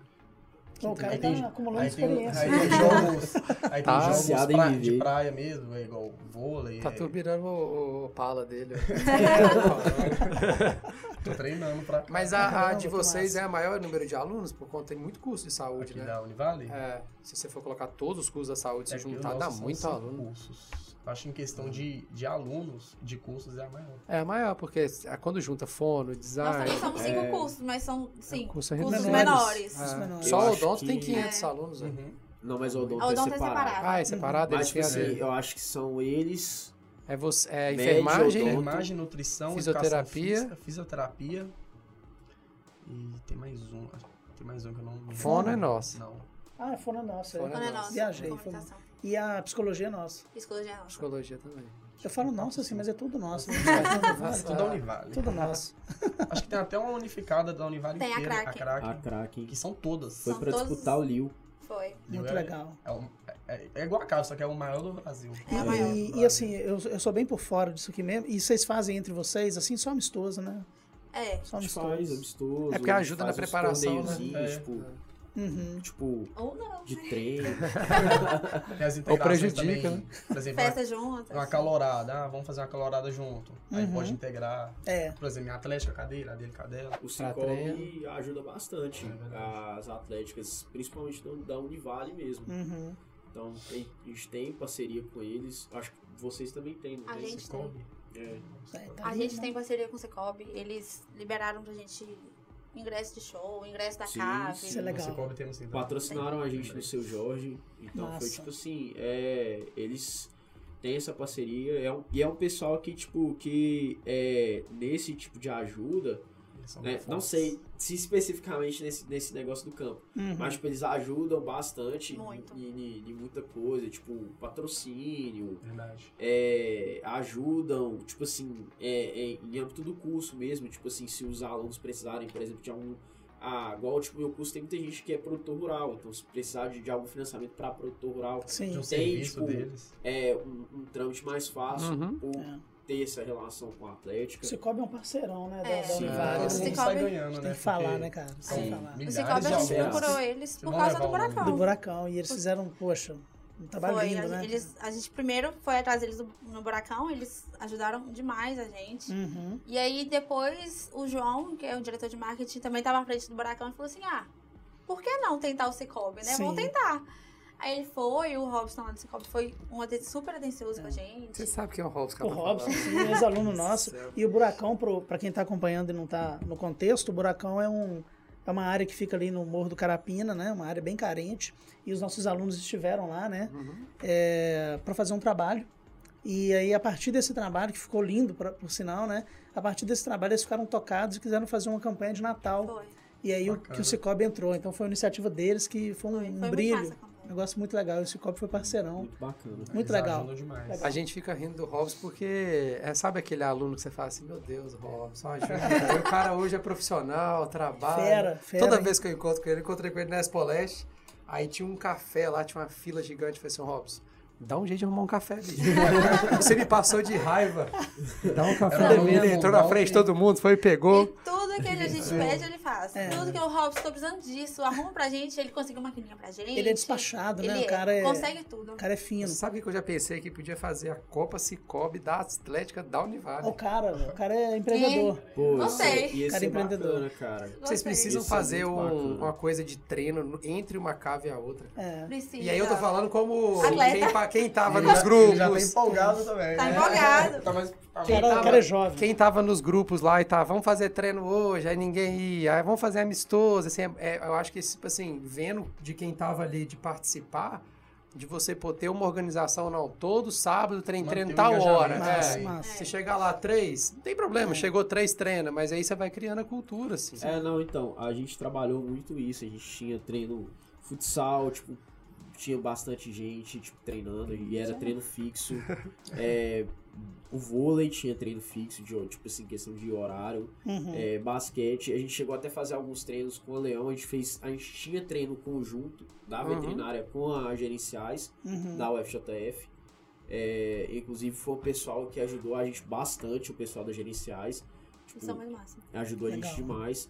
Pô, o cara Aí tem- tá acumulando aí tem, experiência. aí tem jogos, aí tem Tá jogos viciado em pra- viver. de praia mesmo, é igual vôlei. Tá é, turbinando o, o Pala <laughs> dele. tô treinando pra Mas a, a Caramba, de que vocês massa. é a maior número de alunos, por conta tem muito curso de saúde, aqui né? da Univale. É, se você for colocar todos os cursos da saúde, se É, porque o juntar, nosso dá são muito cinco aluno. Cursos. Acho que em questão de, de alunos, de cursos é a maior. É a maior, porque quando junta fono, Nós design. também somos cinco É. cursos, mas são cinco curso é cursos reduzido. menores. Menores. Cursos É. menores. Só Eu o acho Odonto tem que- 500 alunos. Uhum. Né? Não, mas o Odonto A é Odonto é separado. separado. Ah, é separado? Mas, Eles tipo têm a assim, ver. eu acho que são eles. É, você, é Médio, enfermagem, odonto. Enfermagem, nutrição, Fisioterapia. educação física, fisioterapia. E tem mais um. acho que Tem mais um que eu não. não Fono é lembro. nosso. Não. Ah, foi na nossa. Fono é. Quando é nosso, Viajei, comunicação. E a psicologia é nossa. Psicologia é nossa. psicologia também. Eu falo nossa assim, mas é tudo nosso. né? É tudo da Univale. tudo é nosso. Acho que tem até uma unificada da Univale Tem a inteira, Kraken. A Kraken. que são todas. Foi São pra todos- disputar o Liu. Foi. Eu Muito era- legal. É, um- é- é igual a casa, só que é o maior do Brasil. É a maior. E, e assim, eu, eu sou bem por fora disso aqui mesmo. E vocês fazem entre vocês, assim, só amistoso, né? É. Só A gente faz amistoso. Tipo, amistoso. É porque ajuda faz na uns preparação, né? torneiozinhos, É. Tipo, Uhum. tipo, Ou não. né? de <laughs> trem. Tem as integrações prejudica, também. né? Por exemplo, Festa juntas. uma, uma calorada. Ah, vamos fazer uma calorada junto. Aí Uhum. pode integrar. É. Por exemplo, minha atlética, cadeira, a dele, cadela. O treino. Cicobi ajuda bastante É verdade. as atléticas, principalmente da- da Univale mesmo. Uhum. Então tem- a gente tem parceria com eles. Acho que vocês também têm, né? A gente tem. É. É, tá A lindo, gente né? tem parceria com o Secob, eles liberaram pra gente ingresso de show, ingresso da Sim, cave. sim. é legal. Você cobre um temos sim. Patrocinaram a gente né? no seu Jorge. Então Massa. foi tipo assim, é, eles têm essa parceria. É um- e é um pessoal que, tipo, que é, nesse tipo de ajuda, Eles são né? fortes. Não sei se especificamente nesse, nesse negócio do campo. Uhum. Mas tipo, eles ajudam bastante Muito. em- em- em muita coisa, tipo, patrocínio, Verdade. é, ajudam, tipo assim, é, é, em âmbito do curso mesmo, tipo assim, se os alunos precisarem, por exemplo, de algum. Ah, igual, tipo, meu curso tem muita gente que é produtor rural, então se precisar de, de algum financiamento para produtor rural, De Sim. um Tem, serviço tipo, deles. é um, um trâmite mais fácil Uhum. por É. ter essa relação com a Atlética. O Cicobi é um parceirão, né? Da, É. da Sim. Univale. Todo Você mundo Tem, Cicobi- tá sai tem ganhando, né? que falar, Porque né, cara? Tem Sim. que falar. O milhares Secob, a de gente almoços. procurou eles Vocês por vão causa levar do o nome. buracão. Do buracão. E eles fizeram um, poxa, Um trabalho foi, lindo, a, né? eles- a gente primeiro foi atrás deles no- no buracão, eles ajudaram demais a gente. Uhum. E aí depois o João, que é o diretor de marketing, também tava à frente do buracão e falou assim: ah, por que não tentar o Cicobi, né? Vamos Sim. tentar. Aí ele foi, o Robson lá do Cicobi foi um aten- super atencioso com a gente. Você sabe quem é o Robson? que O ela tá Robson, falando. sim, é <laughs> ex-aluno nosso. Céu. E o Buracão, pro- pra quem tá acompanhando e não tá no contexto, o Buracão é, um, é uma área que fica ali no Morro do Carapina, né? Uma área bem carente. E os nossos alunos estiveram lá, né? Uhum. É, para fazer um trabalho. E aí, a partir desse trabalho, que ficou lindo, pra- por sinal, né? A partir desse trabalho, eles ficaram tocados e quiseram fazer uma campanha de Natal. Foi. E aí, o, Bacana. que o Cicobi entrou. Então, foi uma iniciativa deles que foi um, um Foi, foi muito brilho. massa a campanha. Um negócio muito legal. E o Cicobi foi parceirão. Muito bacana. Muito Eles legal. ajudam demais. Legal. A gente fica rindo do Robson porque é, sabe aquele aluno que você fala assim, meu Deus, Robson, <laughs> ajuda. o cara hoje é profissional, trabalha. Fera, fera. Ah, Toda hein? vez que eu encontro com ele, eu encontrei com ele na Expo Leste, aí tinha um café lá, tinha uma fila gigante, eu falei assim, Robson, dá um jeito de arrumar um café, <laughs> bicho. Você me passou de raiva. Dá um café. Era devendo. aluno, ele entrou na bom, frente, que- todo mundo foi, E pegou. tudo <laughs> que É. a gente pede, ele faz. Tudo que o Robson, tô precisando disso, arruma pra gente, ele conseguiu uma maquininha pra gente. Ele é despachado, né? Ele O cara é, consegue tudo. o cara é fino. Sabe o que eu já pensei que podia fazer a Copa Cicobi da Atlética da Univale? O cara, velho, o cara é empreendedor. Pô, Gostei. isso- isso Cara é empreendedor. bacana, cara. Vocês precisam Isso é fazer muito um- bacana. uma coisa de treino no- entre uma cave e a outra. É. Precisa. E aí eu tô falando como Atleta. quem, pa- quem tava Ele nos já- grupos. ele já tá empolgado também. Tá né? empolgado. Tá mais- O tá cara, o tava- cara é jovem. Quem tava nos grupos lá e tá, vamos fazer treino hoje, aí ninguém ia, aí vamos fazer amistoso, assim, é- é- eu acho que, tipo assim, vendo de quem tava ali de participar, de você poder ter uma organização, não, todo sábado tem Manter treino o tal engajamento, hora, né? Massa, é. massa. Se chegar lá três, não tem problema, chegou três, treina, mas aí você vai criando a cultura, assim. É, não, então, a gente trabalhou muito isso, a gente tinha treino futsal, tipo, tinha bastante gente, tipo, treinando, e era <laughs> treino fixo. É, o vôlei tinha treino fixo, de, tipo assim, questão de horário. Uhum. É, basquete, a gente chegou até a fazer alguns treinos com o Leão, a gente fez, a gente tinha treino conjunto da Uhum. veterinária com a gerenciais É. uhum. da UFJF. É, inclusive foi o pessoal que ajudou a gente bastante, o pessoal das gerenciais. Tipo, Isso é muito massa. ajudou a Legal. gente demais.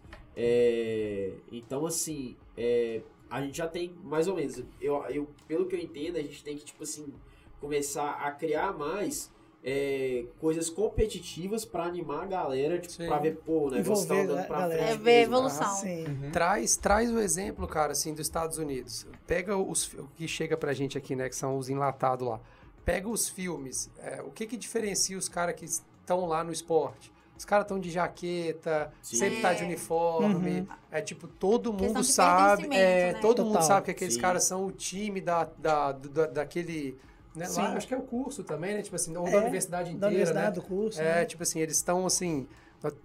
É, então, assim, é, a gente já tem mais ou menos, eu, eu- pelo que eu entendo, a gente tem que, tipo assim, começar a criar mais é, coisas competitivas pra animar a galera, tipo, Sim. pra ver, pô, o negócio Envolver tá a andando pra galera. frente. É mesmo. ver a evolução. Sim. Uhum. Traz, traz o exemplo, cara, assim, dos Estados Unidos. Pega os, fi- o que chega pra gente aqui, né, que são os enlatados lá. Pega os filmes. é, o que que diferencia os caras que estão lá no esporte? Os caras estão de jaqueta, Sim. sempre tá de É. uniforme. Uhum. É tipo, todo Questão mundo de sabe. É, pertencimento, né? Todo mundo Total. sabe que aqueles Sim. caras são o time da, da, da- daquele. Né, Sim. lá, acho que é o curso também, né? Tipo assim, ou É, da universidade inteira. Da né? universidade, do curso. É, né? tipo assim, eles estão assim.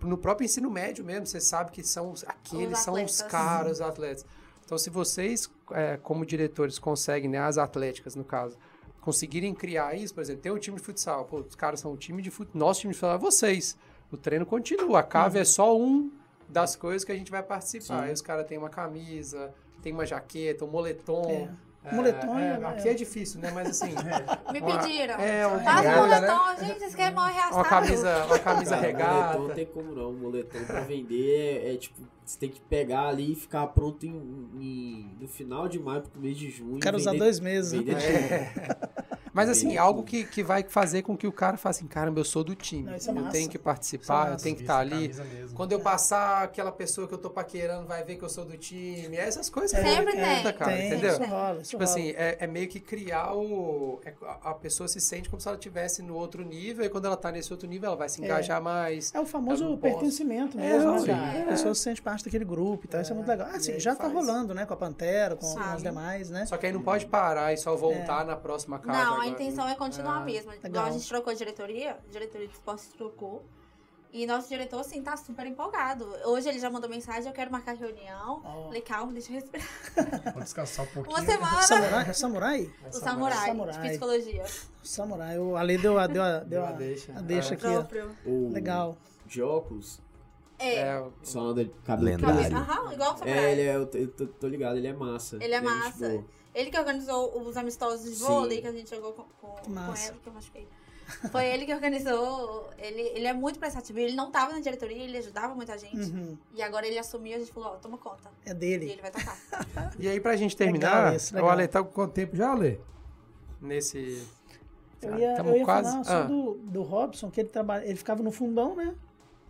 No próprio ensino médio mesmo, você sabe que são os- aqueles, Os são os atletas. caras, os atletas. Então, se vocês, é, como diretores, conseguem, né, as atléticas, no caso, conseguirem criar isso, por exemplo, tem um time de futsal, pô, os caras são um time de futsal, nosso time de futsal é vocês. O treino continua, a Uhum. cave é só um das coisas que a gente vai participar. Sim. Aí os caras têm uma camisa, tem uma jaqueta, um moletom. É. Moletom, é, né? Aqui é difícil, né? Mas <laughs> assim. Me uma- pediram. É, uma Faz um regata, né? moletom, gente, vocês querem mal reaçar. Uma camisa, uma camisa Cara, regata. um Moletom não tem como não. Moletom pra vender é, é, tipo, você tem que pegar ali e ficar pronto em, em- no final de maio pro mês de junho. O cara usar vender- dois meses. né? vender Mas assim, Entendi. algo que, que vai fazer com que o cara fale assim, caramba, eu sou do time. Não, isso é eu massa. tenho que Isso é participar, eu massa. tenho que estar ali. Camisa mesmo. Quando eu passar, aquela pessoa que eu tô paquerando vai ver que eu sou do time. Essas coisas que Sempre eu tem. cara, Tem, entendeu? Isso rola, isso Tipo É. rola. assim, é, é meio que criar o. é- a a pessoa se sente como se ela estivesse no outro nível, e quando ela tá nesse outro nível, ela vai se engajar mais. É o eu famoso não posso. pertencimento É, mesmo, né, sim. cara? É. A pessoa se sente parte daquele grupo e tal, isso é muito legal. Ah, e sim, aí já tá faz. rolando, né? Com a Pantera, com, Sim. com os demais, né? Só que aí não pode parar e só voltar É. na próxima casa. Não, agora. a intenção é continuar mesmo. Igual legal. a gente trocou a diretoria, a diretoria de esporte trocou. E nosso diretor, assim, tá super empolgado. Hoje ele já mandou mensagem, eu quero marcar reunião. Ó. Falei, calma, deixa eu respirar. Vou descansar um pouquinho. Uma Samurai? semana. Samurai? É O só- samurai, Samurai. de psicologia. Samurai. O Ale deu a, deu a, deu a, deixa. a deixa aqui, ó. Próprio. O Legal. De óculos, É. É, só anda de cabelo Lendário. preso. Aham, igual o samurai. É, ele é, eu tô- eu tô, tô ligado, ele é massa. Ele é massa. gente boa. Ele que organizou os amistosos de Sim. vôlei que a gente jogou com, com, com Massa. ele, que eu machuquei. Foi ele que organizou. Ele, ele é muito prestativo. Ele não tava na diretoria, ele ajudava muita gente. Uhum. E agora ele assumiu e a gente falou, ó, toma conta. É E <laughs> dele. ele vai tocar. E aí, pra gente terminar, então. Legal isso, legal. o Ale tá com quanto tempo já, Ale? nesse. Eu Ah, ia, tamo eu ia quase- falar só ah. do, do Robson, que ele trabalha, ele ficava no fundão, né?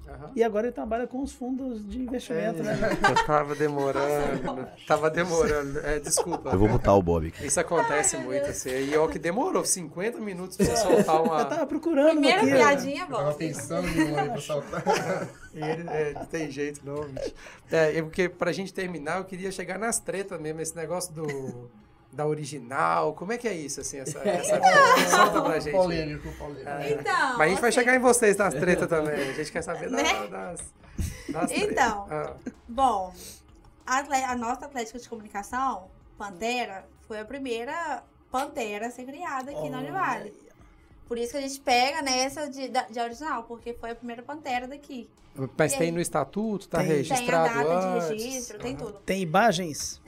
Aham. É. E agora ele trabalha com os fundos de investimento, né? Eu tava demorando. Tava demorando. É, desculpa. Eu vou mutar o Bob aqui. Isso acontece muito, assim. E ó, que demorou 50 minutos pra soltar Eu uma. tava procurando Primeira aqui. piadinha, Tava bom. pensando em um aí pra saltar. Ele, é, não tem jeito, não, bicho. É, eu- porque pra gente terminar, eu queria chegar nas tretas mesmo, esse negócio do. Da original, como é que é isso, assim, essa, <laughs> essa solta pra gente. aí. Polêmico, polêmico. Então, Mas a gente vai assim, chegar em vocês nas tretas também. A gente quer saber da- Né? das, das tretas. Então. Ah, Bom, a, atle- a nossa Atlética de Comunicação, Pantera, foi a primeira Pantera a ser criada aqui na Univale. Por isso que a gente pega nessa de, da- de original, porque foi a primeira Pantera daqui. mas E tem aí? no estatuto, tá Tem. Tem registrado a data antes. de registro, tem Aham. tudo. Tem imagens?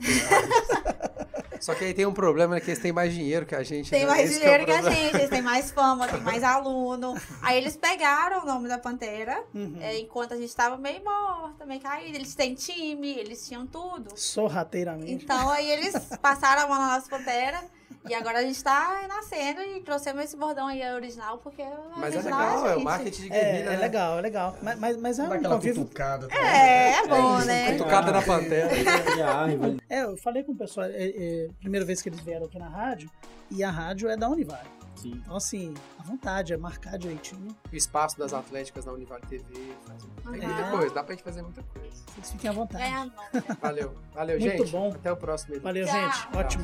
Só que aí tem um problema, né? Que eles têm mais dinheiro que a gente. Tem né? mais Esse é o dinheiro que a problema. gente, eles têm mais <laughs> fama, tem mais aluno. Aí eles pegaram o nome da Pantera, Uhum. é, enquanto a gente tava meio morta, meio caída. Eles têm time, eles tinham tudo. Sorrateiramente. Então aí eles passaram a mão na nossa pantera. E agora a gente tá nascendo e trouxemos esse bordão aí original, porque o Mas é original legal, a é o Ah, gente. marketing de É, guerrilha, é né? legal, é legal. Mas, mas, mas é Dá um aquela convívio. cutucada. também. É, é bom, isso, né? tem- Cutucada na pantera. E a árvore, É, eu falei com o pessoal, é, é, primeira vez que eles vieram aqui na rádio, e a rádio é da Univale. sim. Então, assim, à vontade, é marcar direitinho. O espaço das atléticas na Univar TV. Faz... Tem muita Ah. coisa, dá pra gente fazer muita coisa. Vocês fiquem à vontade. Ganhar não. Valeu, valeu, Muito gente. bom. Até o próximo. vídeo. Valeu, É, Tchau. gente. Ótimo.